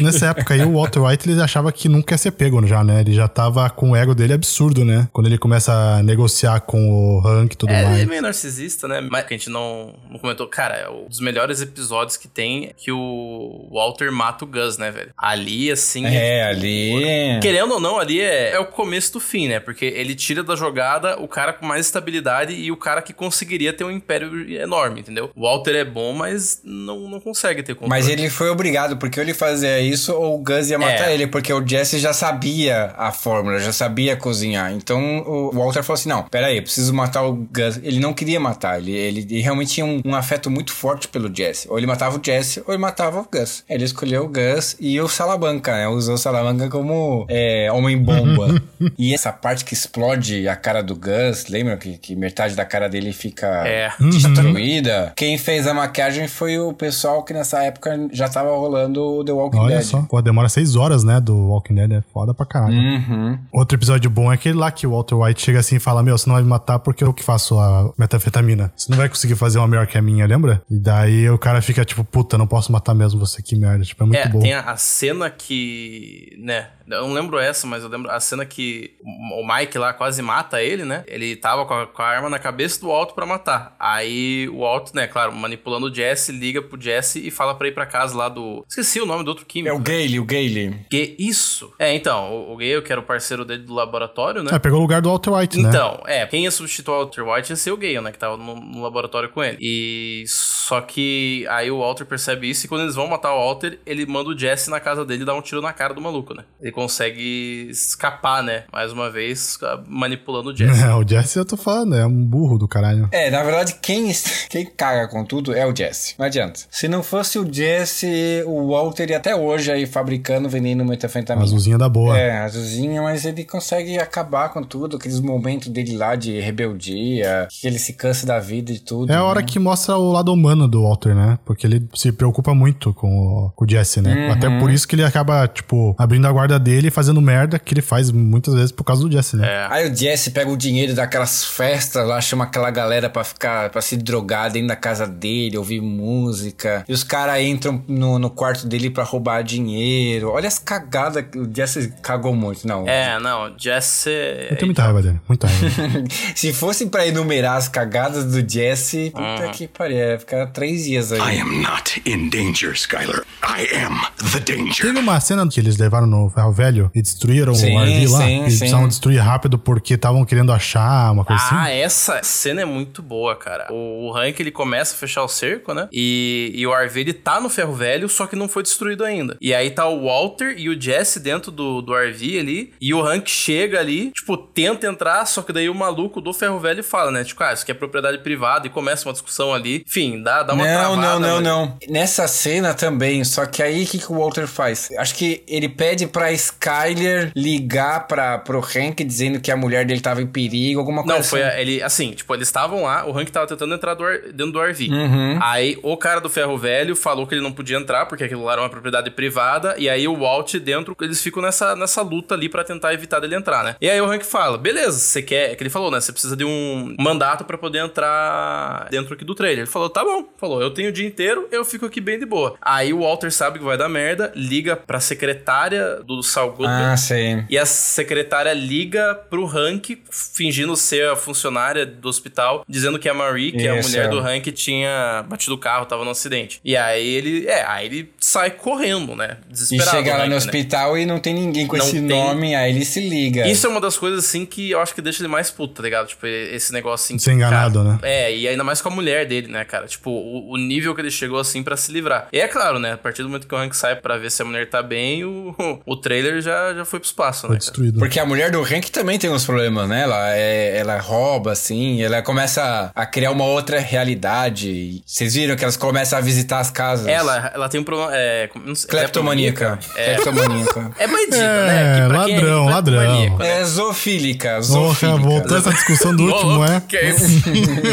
Speaker 2: Nessa época aí, o Walter White ele achava que nunca ia ser pego já, né? Ele já tava com o ego dele absurdo, né? Quando ele começa a negociar com o Hank e tudo
Speaker 3: É, ele é
Speaker 2: mais.
Speaker 3: meio narcisista, né? Mas que a gente não, não comentou. Cara, é um dos melhores episódios que tem é que o Walter mata o Gus, né, velho? Ali, assim.
Speaker 1: É, ali.
Speaker 3: Querendo ou não, ali é, é, é o começo do fim, né? Porque ele tira da jogada o cara com mais estabilidade e o cara que conseguiria ter um império enorme, entendeu? O Walter é bom, mas não, não consegue ter controle.
Speaker 1: Mas ele foi obrigado, porque ou ele fazia isso ou o Gus ia matar
Speaker 3: É.
Speaker 1: ele, porque o Jesse já sabia a fórmula, já sabia cozinhar. Então o Walter falou assim: não, peraí, preciso matar o Gus. Ele não queria matar, ele, ele, ele realmente tinha um, um afeto muito forte pelo Jesse. Ou ele matava o Jesse ou ele matava o Gus. Ele escolheu o Gus e o Salamanca, né? Usou o Salamanca como é, homem-bomba. e essa parte que explode a cara do Gus, lembra que, que metade da cara dele fica
Speaker 3: É.
Speaker 1: destruída. Quem fez a maquiagem foi o pessoal que nessa época já tava rolando o The Walking
Speaker 2: Olha
Speaker 1: Dead.
Speaker 2: só. Pô, demora seis horas, né? Do Walking Dead. É foda pra caralho.
Speaker 1: Uhum.
Speaker 2: Outro episódio bom é aquele lá que o Walter White chega assim e fala: Meu, você não vai me matar porque eu que faço a metafetamina. Você não vai conseguir fazer uma melhor que a minha, lembra? E daí o cara fica tipo: Puta, não posso matar mesmo você, que merda. Tipo, é muito
Speaker 3: é,
Speaker 2: bom.
Speaker 3: tem a, a cena que. né? Eu não lembro essa, mas eu lembro a cena que o o Mike lá quase mata ele, né? Ele tava com a, com a arma na cabeça do Alto pra matar. Aí o Alto, né, claro, manipulando o Jesse, liga pro Jesse e fala pra ir pra casa lá do. Esqueci o nome do outro
Speaker 1: É
Speaker 3: químico.
Speaker 1: o Gale, o Gale.
Speaker 3: Que isso? É, então, o, o Gale, que era o parceiro dele do laboratório, né?
Speaker 2: É, pegou o lugar do Walter White, né?
Speaker 3: Então, é, quem ia substituir o Walter White ia ser o Gale, né? Que tava no, no laboratório com ele. E só que aí o Walter percebe isso e quando eles vão matar o Walter, ele manda o Jesse na casa dele e dá um tiro na cara do maluco, né? Ele consegue escapar, né? Mais uma vez, ah, manipulando o Jesse.
Speaker 2: É, o Jesse eu tô falando, é um burro do caralho.
Speaker 1: É, na verdade, quem, quem caga com tudo é o Jesse. Não adianta. Se não fosse o Jesse, o Walter ia até hoje aí fabricando, vendendo
Speaker 2: A
Speaker 1: metanfetamina.
Speaker 2: azulzinha da boa.
Speaker 1: É, azulzinha, mas ele consegue acabar com tudo, aqueles momentos dele lá de rebeldia, que ele se cansa da vida e tudo.
Speaker 2: É a hora que mostra o lado humano do Walter, né? Porque ele se preocupa muito com o, com o Jesse, né? Até por isso que ele acaba, tipo, abrindo a guarda dele e fazendo merda que ele faz muitas vezes por causa do Jesse, né?
Speaker 3: É.
Speaker 1: Aí o Jesse pega o dinheiro daquelas festas lá, chama aquela galera pra ficar, pra se drogar dentro da casa dele, ouvir música. E os caras entram no, no quarto dele pra roubar dinheiro. Olha as cagadas. que O Jesse cagou muito, não.
Speaker 3: É, não, Jesse. é
Speaker 2: Eu tenho muita raiva dele, muita raiva.
Speaker 1: Se fosse pra enumerar as cagadas do Jesse, puta que pariu, ia ficar três dias
Speaker 4: I
Speaker 1: aí.
Speaker 4: am not in danger, Skyler. I am the danger.
Speaker 2: Teve uma cena que eles levaram no ferro velho e destruíram
Speaker 1: Sim,
Speaker 2: o RV lá.
Speaker 1: sim,
Speaker 2: eles precisavam
Speaker 1: sim.
Speaker 2: destruir rápido porque estavam querendo achar uma coisa
Speaker 3: Ah,
Speaker 2: assim.
Speaker 3: essa cena é muito boa, cara. O, o Hank, ele começa a fechar o cerco, né? E, e o RV, ele tá no ferro velho, só que não foi destruído ainda. E aí tá o Walter e o Jesse dentro do, do RV ali. E o Hank chega ali, tipo, tenta entrar, só que daí o maluco do ferro velho fala, né? Tipo, ah, isso aqui é propriedade privada. E começa uma discussão ali. Enfim, dá, dá uma
Speaker 1: não,
Speaker 3: travada.
Speaker 1: não, não,
Speaker 3: né?
Speaker 1: não. Nessa cena também, só que aí o que, que o Walter faz? Acho que ele pede pra Skyler ligar pra, pro Hank dizendo que a mulher dele tava em perigo, alguma coisa
Speaker 3: Não, foi
Speaker 1: assim.
Speaker 3: a- ele, assim, tipo, eles estavam lá, o Hank tava tentando entrar do ar- dentro do RV.
Speaker 1: Uhum.
Speaker 3: Aí o cara do ferro velho falou que ele não podia entrar, porque aquilo lá era uma propriedade privada, e aí o Walt dentro, eles ficam nessa, nessa luta ali pra tentar evitar dele entrar, né? E aí o Hank fala, beleza, você quer, é que ele falou, né, você precisa de um mandato pra poder entrar dentro aqui do trailer. Ele falou, tá bom, falou, eu tenho o dia inteiro, eu fico aqui bem de boa. Aí o Walter sabe que vai dar merda, liga pra secretária do Sal Goodman,
Speaker 1: Ah, sei.
Speaker 3: e a secretária liga pro Hank, fingindo ser a funcionária do hospital, dizendo que a Marie, que é a
Speaker 1: Isso,
Speaker 3: mulher
Speaker 1: é.
Speaker 3: do Hank, tinha batido o carro, tava no acidente. E aí ele, é, aí ele sai correndo, né?
Speaker 1: E
Speaker 3: Desesperado.
Speaker 1: chega
Speaker 3: o
Speaker 1: lá
Speaker 3: Hank,
Speaker 1: no
Speaker 3: né?
Speaker 1: hospital e não tem ninguém com
Speaker 3: Não
Speaker 1: esse
Speaker 3: tem.
Speaker 1: nome, aí ele se liga.
Speaker 3: Isso é uma das coisas, assim, que eu acho que deixa ele mais puto, tá ligado? Tipo, esse negócio assim.
Speaker 2: Ser enganado,
Speaker 3: cara,
Speaker 2: né?
Speaker 3: É, e ainda mais com a mulher dele, né, cara? Tipo, o, o nível que ele chegou, assim, pra se livrar. E é claro, né? A partir do momento que o Hank sai pra ver se a mulher tá bem, o, o trailer já, já foi pro espaço,
Speaker 2: Foi
Speaker 3: né? cara?
Speaker 2: destruído.
Speaker 1: Porque a mulher do Hank também tem uns problemas, né? Ela, é- ela rouba, assim, ela começa a criar uma outra realidade. Vocês viram que elas começam a visitar as casas.
Speaker 3: Ela, ela tem um problema. É, como- não sei,
Speaker 1: Cleptomaníaca.
Speaker 3: É,
Speaker 1: Cleptomaníaca.
Speaker 3: é bandida,
Speaker 2: É,
Speaker 3: né? pra quem
Speaker 2: ladrão,
Speaker 3: cleptomaníaco,
Speaker 2: ladrão.
Speaker 1: É zoofílica, né?
Speaker 2: Porra, voltou
Speaker 1: zoofílica.
Speaker 2: essa discussão do último,
Speaker 3: Ô,
Speaker 2: é?
Speaker 3: que é isso?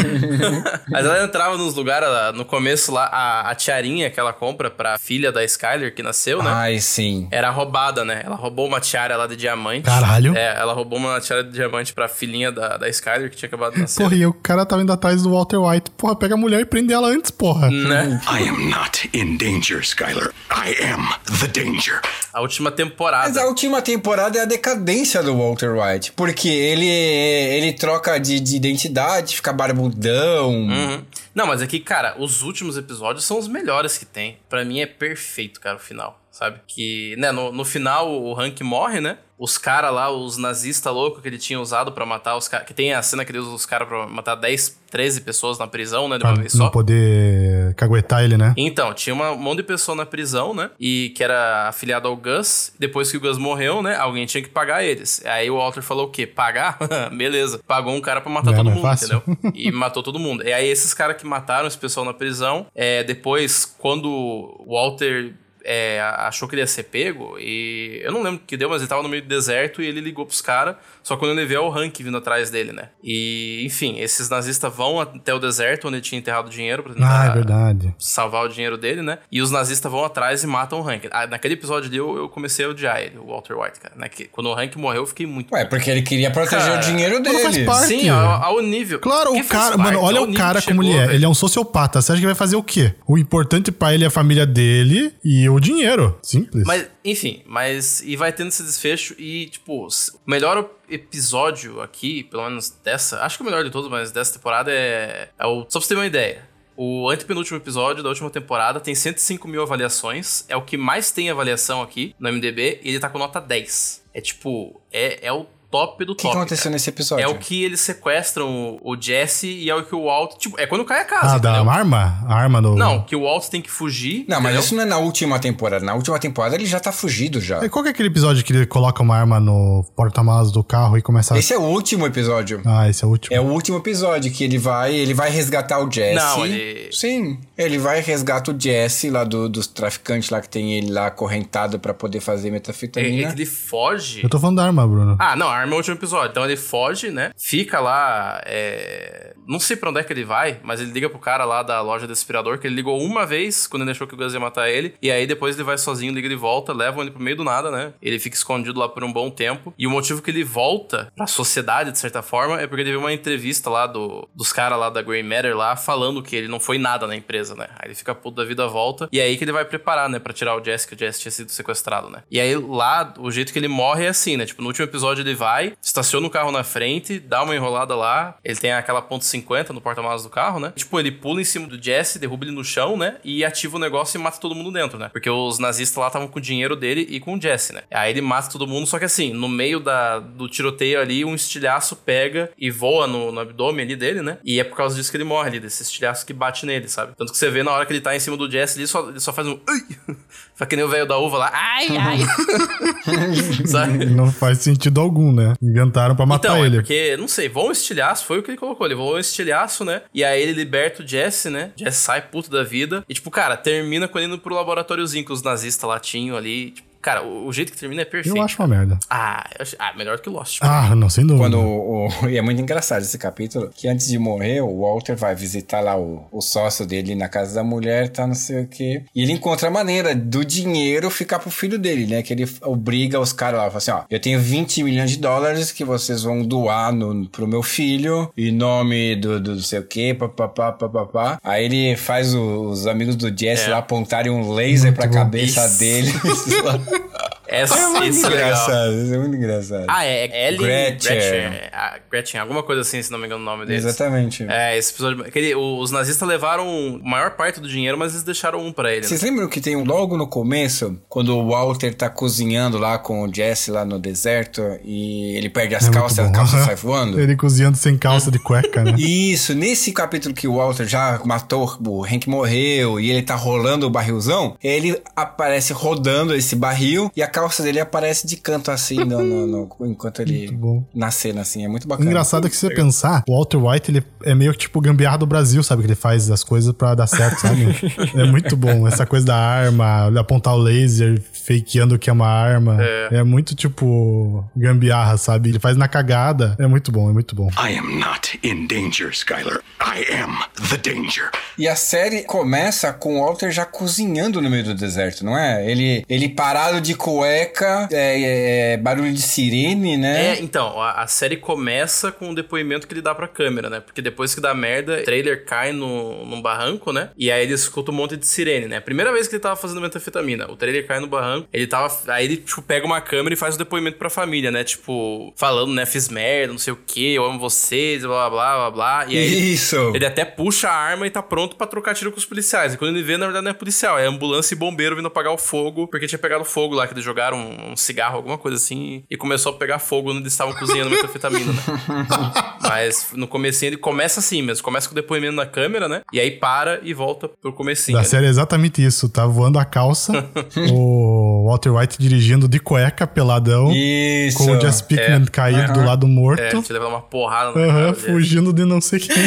Speaker 3: Mas ela entrava nos lugares, ela- no começo lá, a, a tiarinha que ela compra pra filha da Skyler que nasceu, né?
Speaker 1: Ai, sim.
Speaker 3: Era roubada, né? Ela roubou uma tiara lá de diamante.
Speaker 2: Caralho.
Speaker 3: É, ela roubou uma tiara de diamante pra filhinha da, da Skyler que tinha acabado de nascer.
Speaker 2: Porra, e o cara tava indo atrás do Walter White. Porra, pega a mulher e prende ela antes, porra.
Speaker 3: Né?
Speaker 4: I am not in danger, Skyler. I am the danger.
Speaker 3: A última temporada.
Speaker 1: Mas a última temporada é a decadência do Walter White. Porque ele, ele troca de, de identidade, fica barbudão.
Speaker 3: Uhum. Não, mas aqui, cara, os últimos episódios são os melhores que tem. Pra mim é perfeito, cara, o final, sabe? Que, né, no, no final o Hank morre, né? os caras lá, os nazistas loucos que ele tinha usado pra matar os caras. Que tem a cena que ele usa os caras pra matar 10, 13 pessoas na prisão, né? De uma
Speaker 2: Pra
Speaker 3: vez
Speaker 2: Ah, não
Speaker 3: só.
Speaker 2: poder caguetar ele, né?
Speaker 3: Então, tinha uma- um monte de pessoa na prisão, né? E que era afiliado ao Gus. Depois que o Gus morreu, né? Alguém tinha que pagar eles. Aí o Walter falou o quê? Pagar? Beleza. Pagou um cara pra matar
Speaker 2: É,
Speaker 3: todo
Speaker 2: não é
Speaker 3: mundo,
Speaker 2: fácil.
Speaker 3: entendeu? E matou todo mundo. E aí esses caras que mataram esse pessoal na prisão, é, depois, quando o Walter... é, achou que ele ia ser pego e eu não lembro o que deu, mas ele tava no meio do deserto e ele ligou pros caras. Só que quando ele vê é o Hank vindo atrás dele, né? E enfim, esses nazistas vão até o deserto onde ele tinha enterrado o dinheiro pra tentar
Speaker 2: Ah, é verdade.
Speaker 3: salvar o dinheiro dele, né? E os nazistas vão atrás e matam o Hank. Ah, Naquele episódio ali eu, eu comecei a odiar ele, o Walter White, cara. Naque- Quando o Hank morreu, eu fiquei muito.
Speaker 1: Ué, porque ele queria proteger
Speaker 3: Cara,
Speaker 1: o dinheiro
Speaker 2: mas faz
Speaker 1: dele.
Speaker 2: parte.
Speaker 3: Sim, ao, ao nível.
Speaker 2: Claro,
Speaker 3: Quem
Speaker 2: o
Speaker 3: faz
Speaker 2: cara,
Speaker 3: parte,
Speaker 2: mano, olha
Speaker 3: ao
Speaker 2: o
Speaker 3: nível
Speaker 2: cara
Speaker 3: que
Speaker 2: como ele
Speaker 3: chegou,
Speaker 2: é.
Speaker 3: velho.
Speaker 2: Ele é um sociopata. Você acha que vai fazer o quê? O importante pra ele é a família dele e o dinheiro. Simples.
Speaker 3: Mas, enfim, mas. E vai tendo esse desfecho e, tipo, s- o melhor episódio aqui, pelo menos dessa, acho que o melhor de todos, mas dessa temporada é. é o, só pra você ter uma ideia. O antepenúltimo episódio da última temporada tem 105 mil avaliações. É o que mais tem avaliação aqui no MDB. E ele tá com nota 10. É tipo, é, é o top do
Speaker 1: O que
Speaker 3: top.
Speaker 1: aconteceu
Speaker 3: cara.
Speaker 1: nesse episódio?
Speaker 3: É o que eles sequestram o, o Jesse e é o que o Walt. Tipo, é quando cai a casa.
Speaker 2: ah, da
Speaker 3: entendeu?
Speaker 2: arma? A arma do.
Speaker 3: Não, que o Walt tem que fugir.
Speaker 1: Não, mas
Speaker 3: entendeu?
Speaker 1: isso não é na última temporada. Na última temporada ele já tá fugido já.
Speaker 2: É, Qual que é aquele episódio que ele coloca uma arma no porta-malas do carro e começa a.
Speaker 1: Esse é o último episódio.
Speaker 2: Ah, esse é o último.
Speaker 1: É o último episódio que ele vai, ele vai resgatar o Jesse.
Speaker 3: Não, ele-
Speaker 1: Sim, ele vai e resgata o Jesse lá do, dos traficantes lá que tem ele lá acorrentado pra poder fazer
Speaker 3: É, é que
Speaker 1: metafetamina.
Speaker 3: ele foge.
Speaker 2: Eu tô falando da arma, Bruno.
Speaker 3: Ah, não, a arma é o último episódio. Então ele foge, né? Fica lá. é, Não sei pra onde é que ele vai, mas ele liga pro cara lá da loja do aspirador, que ele ligou uma vez quando ele achou que o Gus ia matar ele. E aí depois ele vai sozinho, liga de volta, levam ele pro meio do nada, né? Ele fica escondido lá por um bom tempo. E o motivo que ele volta pra sociedade, de certa forma, é porque ele viu uma entrevista lá do... dos caras lá da Grey Matter lá falando que ele não foi nada na empresa, né? Aí ele fica puto da vida volta. E é aí que ele vai preparar, né? Pra tirar o Jesse, que o Jesse tinha sido sequestrado, né? E aí lá, o jeito que ele morre é assim, né? Tipo, no último episódio ele vai, estaciona o carro na frente, dá uma enrolada lá. Ele tem aquela ponto .50 no porta-malas do carro, né? Tipo, ele pula em cima do Jesse, derruba ele no chão, né? E ativa o negócio e mata todo mundo dentro, né? Porque os nazistas lá estavam com o dinheiro dele e com o Jesse, né? Aí ele mata todo mundo, só que assim, no meio da, do tiroteio ali, um estilhaço pega e voa no, no abdômen ali dele, né? E é por causa disso que ele morre ali, desse estilhaço que bate nele, sabe? Tanto que você vê na hora que ele tá em cima do Jesse, ele só, ele só faz um. Ai! Faz que nem o velho da uva lá. Ai, ai! sabe?
Speaker 2: Não faz sentido algum, né? Inventaram pra matar
Speaker 3: então, é
Speaker 2: ele.
Speaker 3: porque, não sei, voa um estilhaço, foi o que ele colocou. Ele voa um estilhaço, né? E aí ele liberta o Jesse, né? Jesse sai puto da vida. E, tipo, cara, termina com ele indo pro laboratóriozinho que os nazistas latinhos ali. Tipo, cara, o, o jeito que termina é perfeito.
Speaker 2: Eu acho uma merda.
Speaker 3: Ah, eu acho- ah, melhor que Lost.
Speaker 2: Ah, não, sem dúvida.
Speaker 3: Uhum.
Speaker 1: Quando o, o- e é muito engraçado esse capítulo, que antes de morrer, o Walter vai visitar lá o, o sócio dele na casa da mulher, tá não sei o quê. E ele encontra a maneira do dinheiro ficar pro filho dele, né? Que ele f- obriga os caras lá, fala assim, ó, eu tenho 20 milhões de dólares que vocês vão doar no, pro meu filho, em nome do, do não sei o quê, papapá, papapá. Aí ele faz o- os amigos do Jesse
Speaker 3: É.
Speaker 1: lá apontarem um laser pra cabeça
Speaker 3: Isso.
Speaker 1: dele.
Speaker 3: Essa,
Speaker 1: é muito
Speaker 3: isso é legal.
Speaker 1: engraçado, isso é muito engraçado.
Speaker 3: Ah, é é Ellie
Speaker 1: Gretchen.
Speaker 3: Gretchen. Ah, Gretchen, alguma coisa assim, se não me engano o nome deles.
Speaker 1: Exatamente.
Speaker 3: É, esse episódio. aquele- o- os nazistas levaram a maior parte do dinheiro, mas eles deixaram um pra ele. né?
Speaker 1: Vocês lembram que tem um- logo no começo, quando o Walter tá cozinhando lá com o Jesse lá no deserto e ele perde as
Speaker 2: É muito
Speaker 1: calças e a
Speaker 2: bom.
Speaker 1: calça sai voando?
Speaker 2: Ele cozinhando sem calça de cueca, né?
Speaker 1: Isso, nesse capítulo que o Walter já matou, o Hank morreu e ele tá rolando o barrilzão, ele aparece rodando esse barril e a calça dele aparece de canto assim, no, no- no- enquanto ele
Speaker 2: Muito bom.
Speaker 1: na cena, assim, é muito
Speaker 2: O
Speaker 1: bacana.
Speaker 2: engraçado é que se você pensar, o Walter White ele é meio que tipo o gambiarra do Brasil, sabe? Que ele faz as coisas pra dar certo, sabe? é muito bom. Essa coisa da arma, ele apontar o laser, fakeando que é uma arma. É. muito tipo gambiarra, sabe? Ele faz na cagada. É muito bom, é muito bom.
Speaker 4: I am not in danger, Skylar. I am the danger.
Speaker 1: E a série começa com o Walter já cozinhando no meio do deserto, não é? Ele, ele parado de cueca, é, é, é, barulho de sirene, né?
Speaker 3: É, então, a, a série começa com o depoimento que ele dá pra câmera, né? Porque depois que dá merda, o trailer cai no, num barranco, né? E aí ele escuta um monte de sirene, né? Primeira vez que ele tava fazendo metafetamina, o trailer cai no barranco, ele tava. Aí ele, tipo, pega uma câmera e faz o depoimento pra família, né? Tipo, falando, né? Fiz merda, não sei o que, eu amo vocês, blá blá blá blá blá. E aí.
Speaker 1: Isso!
Speaker 3: Ele é até puxa a arma e tá pronto pra trocar tiro com os policiais. E quando ele vê, na verdade, não é policial, é ambulância e bombeiro vindo apagar o fogo, porque tinha pegado fogo lá que eles jogaram um cigarro, alguma coisa assim, e começou a pegar fogo onde eles estavam cozinhando metanfetamina, né? Mas no comecinho ele começa assim mesmo, começa com o depoimento na câmera, né? E aí para e volta pro comecinho.
Speaker 2: da
Speaker 3: ali.
Speaker 2: série é exatamente isso. Tá voando a calça, o Walter White dirigindo de cueca, peladão,
Speaker 1: Isso.
Speaker 2: com o Jess Pickman caído do lado morto.
Speaker 3: É, te levar uma porrada na
Speaker 2: Aham,
Speaker 3: cara dele.
Speaker 2: fugindo de não sei quem.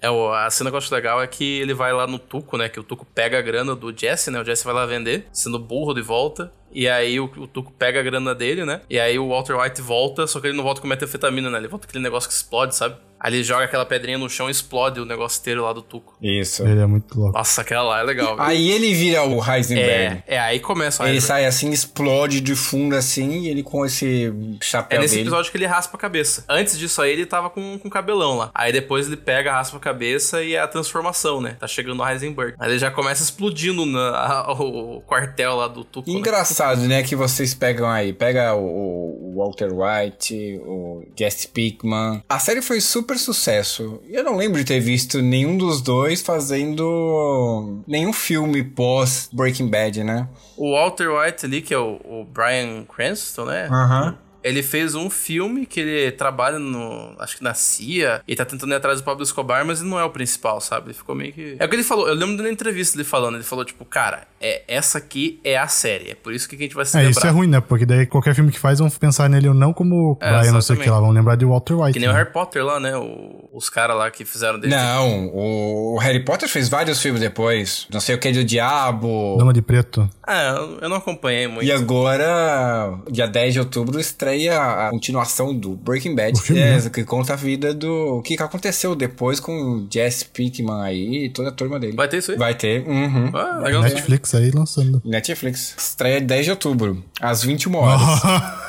Speaker 3: É, o- a cena que eu acho legal é que ele vai lá no Tuco, né? Que o Tuco pega a grana do Jesse, né? O Jesse vai lá vender, sendo burro de volta. E aí o, o Tuco pega a grana dele, né? E aí o Walter White volta, só que ele não volta com metanfetamina, né? Ele volta com aquele negócio que explode, sabe? Aí ele joga aquela pedrinha no chão e explode o negócio inteiro lá do Tuco.
Speaker 1: Isso.
Speaker 2: Ele é muito louco.
Speaker 3: Nossa, aquela lá é legal. viu?
Speaker 1: Aí ele vira o Heisenberg.
Speaker 3: É, é, aí começa o
Speaker 1: Ele
Speaker 3: Heisenberg.
Speaker 1: sai assim, explode de fundo assim, e ele com esse
Speaker 3: É
Speaker 1: chapéu
Speaker 3: nesse
Speaker 1: dele.
Speaker 3: episódio que ele raspa a cabeça. Antes disso aí, ele tava com, com cabelão lá. Aí depois ele pega, raspa a cabeça e é a transformação, né? Tá chegando no Heisenberg. Aí ele já começa explodindo na, a- o quartel lá do Tuco. né?
Speaker 1: Engraçado, né, que vocês pegam aí. Pega o, o Walter White, o Jesse Pinkman. A série foi super sucesso. Eu não lembro de ter visto nenhum dos dois fazendo nenhum filme pós Breaking Bad, né?
Speaker 3: O Walter White ali, que é o, o Brian Cranston, né?
Speaker 1: Aham.
Speaker 3: Ele fez um filme que ele trabalha no. Acho que na CIA. E tá tentando ir atrás do Pablo Escobar, mas ele não é o principal, sabe? Ele ficou meio que. É o que ele falou. Eu lembro da entrevista dele falando. Ele falou, tipo, cara, é, essa aqui é a série. É por isso que a gente vai se
Speaker 2: É,
Speaker 3: lembrar.
Speaker 2: isso é ruim, né? Porque daí qualquer filme que faz vão pensar nele ou não como
Speaker 3: É,
Speaker 2: Brian, não sei o
Speaker 3: exatamente.
Speaker 2: que lá, vão lembrar de Walter White.
Speaker 3: Que nem o
Speaker 2: né?
Speaker 3: Harry Potter lá, né? O- os caras lá que fizeram dele.
Speaker 1: Não, o Harry Potter fez vários filmes depois. Não sei o que é do Diabo.
Speaker 2: Dama de Preto.
Speaker 3: Ah, eu eu não acompanhei muito.
Speaker 1: E agora, dia 10 de outubro, estreia a continuação do Breaking Bad,
Speaker 2: O filme,
Speaker 1: é,
Speaker 2: né?
Speaker 1: que conta a vida do. O que que aconteceu depois com o Jess Pinkman aí e toda a turma dele.
Speaker 3: Vai ter isso aí?
Speaker 1: Vai ter. Uhum.
Speaker 3: Ah, legal.
Speaker 2: Netflix aí lançando.
Speaker 1: Netflix. Estreia 10 de outubro, às 21 horas.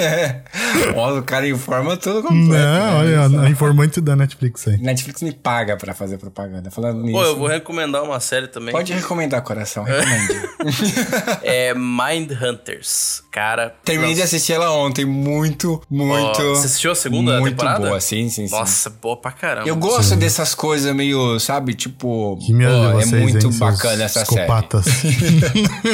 Speaker 1: É. Ó, o cara informa tudo completo.
Speaker 2: Não,
Speaker 1: né?
Speaker 2: olha, a informante da Netflix aí.
Speaker 1: Netflix me paga pra fazer propaganda. Falando nisso.
Speaker 3: Pô, eu vou recomendar uma série também.
Speaker 1: Pode recomendar, coração, recomende.
Speaker 3: É Mind Hunters. Cara.
Speaker 1: Terminei de assistir ela ontem, muito, muito.
Speaker 3: Ó, você assistiu a segunda
Speaker 1: muito
Speaker 3: temporada?
Speaker 1: boa, sim, sim, sim.
Speaker 3: Nossa, boa pra caramba.
Speaker 1: Eu gosto dessas coisas meio, sabe, tipo.
Speaker 2: Que medo
Speaker 1: pô,
Speaker 2: de vocês,
Speaker 1: é muito
Speaker 2: hein, seus
Speaker 1: bacana essa
Speaker 2: psicopatas.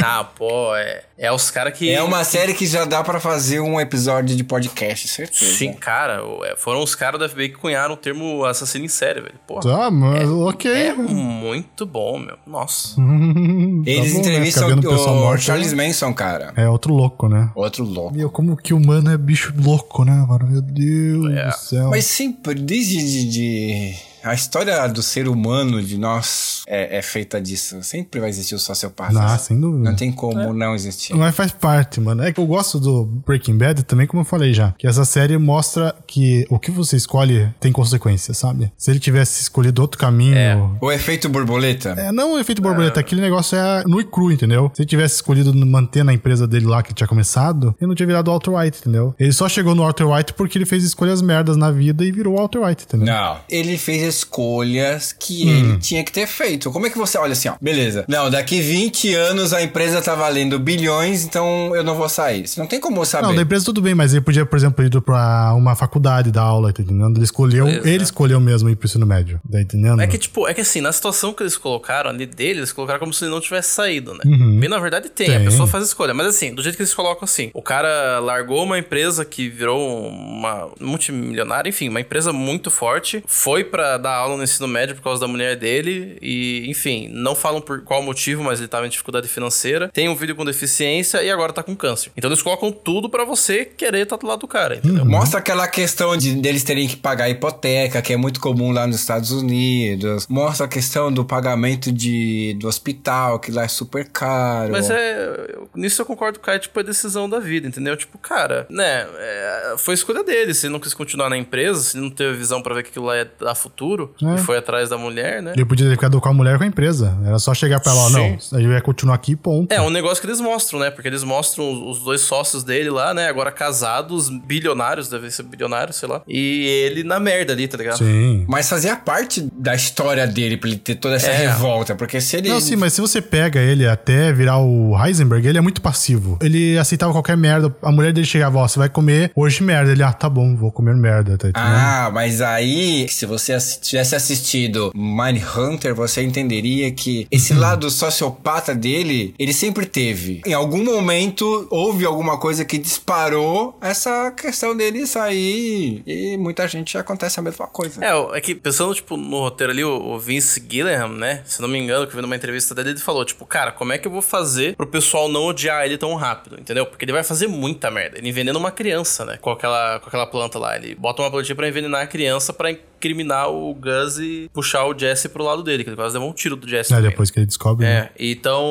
Speaker 3: Ah, pô, é, é os caras que.
Speaker 1: série. É uma série que já dá pra fazer um episódio de podcast, certeza.
Speaker 3: Sim, cara. o- é, Foram os caras da FBI que cunharam o termo assassino em série, velho. Pô.
Speaker 2: Tá, mas ok.
Speaker 3: É muito bom, meu. Nossa.
Speaker 1: Eles
Speaker 2: Tá bom, né?
Speaker 1: entrevistam
Speaker 2: Ficar vendo pessoa
Speaker 1: o,
Speaker 2: morta,
Speaker 1: Charles
Speaker 2: né?
Speaker 1: Manson, cara.
Speaker 2: É outro louco, né?
Speaker 1: Outro louco.
Speaker 2: Meu, como que humano é bicho louco, né, mano? Meu Deus
Speaker 3: É.
Speaker 2: do céu.
Speaker 1: Mas sempre, desde de, de- a história do ser humano, de nós, é, é feita disso. Sempre vai existir o sociopata.
Speaker 2: Ah, sem dúvida.
Speaker 1: Não tem como não existir.
Speaker 2: Mas faz parte, mano. É que eu gosto do Breaking Bad também, como eu falei já. Que essa série mostra que o que você escolhe tem consequência, sabe? Se ele tivesse escolhido outro caminho. É.
Speaker 1: O efeito borboleta.
Speaker 2: não o efeito borboleta, aquele negócio é nu e cru, entendeu? Se ele tivesse escolhido manter na empresa dele lá que tinha começado, ele não tinha virado Walter White, entendeu? Ele só chegou no Walter White porque ele fez escolhas merdas na vida e virou Walter White, entendeu?
Speaker 1: Não. Hum. Ele fez escolhas que ele tinha que ter feito. Como é que você olha assim, ó? Beleza. Não, daqui 20 anos a empresa tá valendo bilhões, então eu não vou sair. Você não tem como eu saber.
Speaker 2: Não, da empresa tudo bem, mas ele podia, por exemplo, ir pra uma faculdade dar aula, tá entendendo? Ele escolheu,
Speaker 3: Beleza.
Speaker 2: ele escolheu mesmo ir pro ensino médio, tá entendendo?
Speaker 3: É que, tipo, é que assim, na situação que eles colocaram ali dele, eles colocaram como se ele não tivesse saído, né? Bem, na verdade tem, a
Speaker 2: Tem.
Speaker 3: pessoa faz escolha. Mas assim, do jeito que eles colocam assim, o cara largou uma empresa que virou uma multimilionária, enfim, uma empresa muito forte, foi pra dar aula no ensino médio por causa da mulher dele e, enfim, não falam por qual motivo, mas ele tava em dificuldade financeira, tem um vídeo com deficiência e agora tá com câncer. Então eles colocam tudo pra você querer estar do lado do cara, entendeu?
Speaker 1: Mostra aquela questão de deles terem que pagar a hipoteca, que é muito comum lá nos Estados Unidos. Mostra a questão do pagamento de, do hospital, que lá é super caro.
Speaker 3: Mas é. eu- nisso eu concordo com o Caio, tipo, é decisão da vida, entendeu? Tipo, cara, né? é, foi escolha dele. Se ele não quis continuar na empresa, se ele não teve visão pra ver que aquilo lá ia dar futuro,
Speaker 2: É.
Speaker 3: e foi atrás da mulher, né?
Speaker 2: Ele podia ter ficado com a mulher e com a empresa. Era só chegar pra ela, ó, não, a gente vai continuar aqui, ponto.
Speaker 3: É, um negócio que eles mostram, né? Porque eles mostram os- os dois sócios dele lá, né? Agora casados, bilionários, deve ser bilionário, sei lá. E ele na merda ali, tá ligado?
Speaker 2: Sim.
Speaker 1: Mas fazia parte da história dele, pra ele ter toda essa
Speaker 3: É.
Speaker 1: revolta. Porque se ele.
Speaker 2: Não, sim, mas se você pega ele até virar o Heisenberg, ele é muito passivo. Ele aceitava qualquer merda. A mulher dele chegava, ó, tá você vai comer hoje merda. Ele, ah, tá bom, vou comer merda, tá entendendo?
Speaker 1: Ah, mas aí, se você ass- tivesse assistido Mindhunter, você entenderia que esse lado sociopata dele, ele sempre teve. Em algum momento, houve alguma coisa que disparou essa questão dele sair e muita gente acontece a mesma coisa.
Speaker 3: É, o- é que pensando, tipo, no roteiro ali, o, o Vince Gilliam, né? Se não me engano, que eu vi numa entrevista dele, ele falou, tipo, cara, como é que eu vou fazer pro pessoal não odiar ele tão rápido, entendeu? Porque ele vai fazer muita merda. Ele envenena uma criança, né? Com aquela, com aquela planta lá. Ele bota uma plantinha pra envenenar a criança pra incriminar o Gus e puxar o Jesse pro lado dele, que ele quase levou um tiro do Jesse.
Speaker 2: É,
Speaker 3: também, né?
Speaker 2: depois que ele descobre. né?
Speaker 3: É, então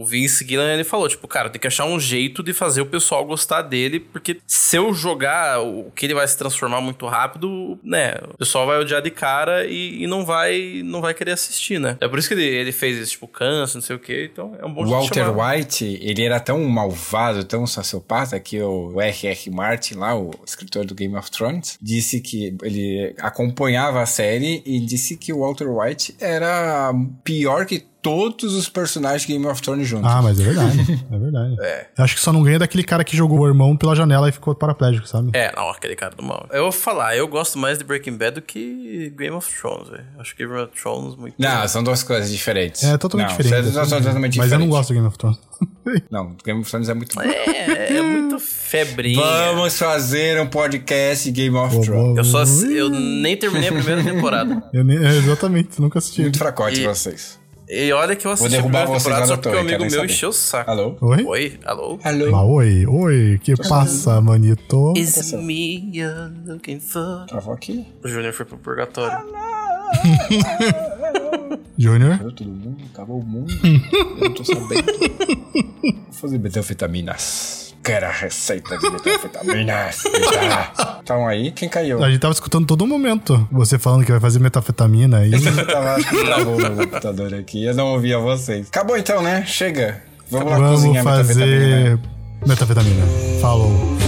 Speaker 3: o Vince Gillian ele falou, tipo, cara, tem que achar um jeito de fazer o pessoal gostar dele, porque se eu jogar o que ele vai se transformar muito rápido, né, o pessoal vai odiar de cara e, e não vai não vai querer assistir, né? É por isso que ele, ele fez isso, tipo, câncer, não sei o quê, então é um bom
Speaker 1: O
Speaker 3: jeito de
Speaker 1: Walter
Speaker 3: chamar.
Speaker 1: White, ele era tão malvado, tão sociopata, que o R.R. Martin, lá, o escritor do Game of Thrones, disse que ele acompanhava a série e disse que o Walter White era pior que todos os personagens de Game of Thrones juntos.
Speaker 2: Ah, mas é verdade. é verdade.
Speaker 3: É.
Speaker 2: Eu acho que só não ganha daquele cara que jogou o irmão pela janela e ficou paraplégico, sabe?
Speaker 3: É, não, aquele cara do mal. Eu vou falar, eu gosto mais de Breaking Bad do que Game of Thrones, velho. Acho que Game of Thrones muito.
Speaker 1: Não, são duas coisas diferentes.
Speaker 2: É, totalmente
Speaker 1: não,
Speaker 2: diferente. assim,
Speaker 1: são- São, são totalmente
Speaker 2: mas eu não
Speaker 1: diferentes.
Speaker 2: gosto do Game of Thrones.
Speaker 1: Não, Game of Thrones é muito bom.
Speaker 3: É, é muito febrinha.
Speaker 1: Vamos fazer um podcast Game of
Speaker 2: Boa,
Speaker 1: Thrones.
Speaker 2: boa,
Speaker 3: Eu só
Speaker 2: boa.
Speaker 3: assi- eu nem terminei a primeira temporada.
Speaker 2: Eu nem- é, exatamente, nunca assisti.
Speaker 1: Muito fracote
Speaker 3: E-
Speaker 1: vocês.
Speaker 3: E olha que eu assisti a
Speaker 1: derrubar
Speaker 3: primeira
Speaker 1: vocês
Speaker 3: temporada
Speaker 1: lá
Speaker 3: só
Speaker 1: da
Speaker 3: porque um
Speaker 1: torre,
Speaker 3: amigo meu
Speaker 1: quero nem saber.
Speaker 3: encheu o saco.
Speaker 1: Alô?
Speaker 2: Oi?
Speaker 3: Oi? Alô?
Speaker 1: Alô?
Speaker 2: Ah, oi, oi, que passa, manito?
Speaker 3: Is me you're looking for...
Speaker 1: Travou aqui?
Speaker 3: O Junior foi pro purgatório.
Speaker 2: Junior?
Speaker 1: Acabou todo mundo? Acabou o mundo? Eu não tô sabendo. Vou fazer metanfetaminas. Quero a receita de metanfetaminas. Então aí, quem caiu?
Speaker 2: A gente tava escutando todo momento você falando que vai fazer metafetamina e.
Speaker 1: Eu tava acho que travou meu computador aqui. Eu não ouvia vocês. Acabou então, né? Chega. Vamos lá
Speaker 2: Vamos
Speaker 1: cozinhar
Speaker 2: fazer. Metafetamina. Falou.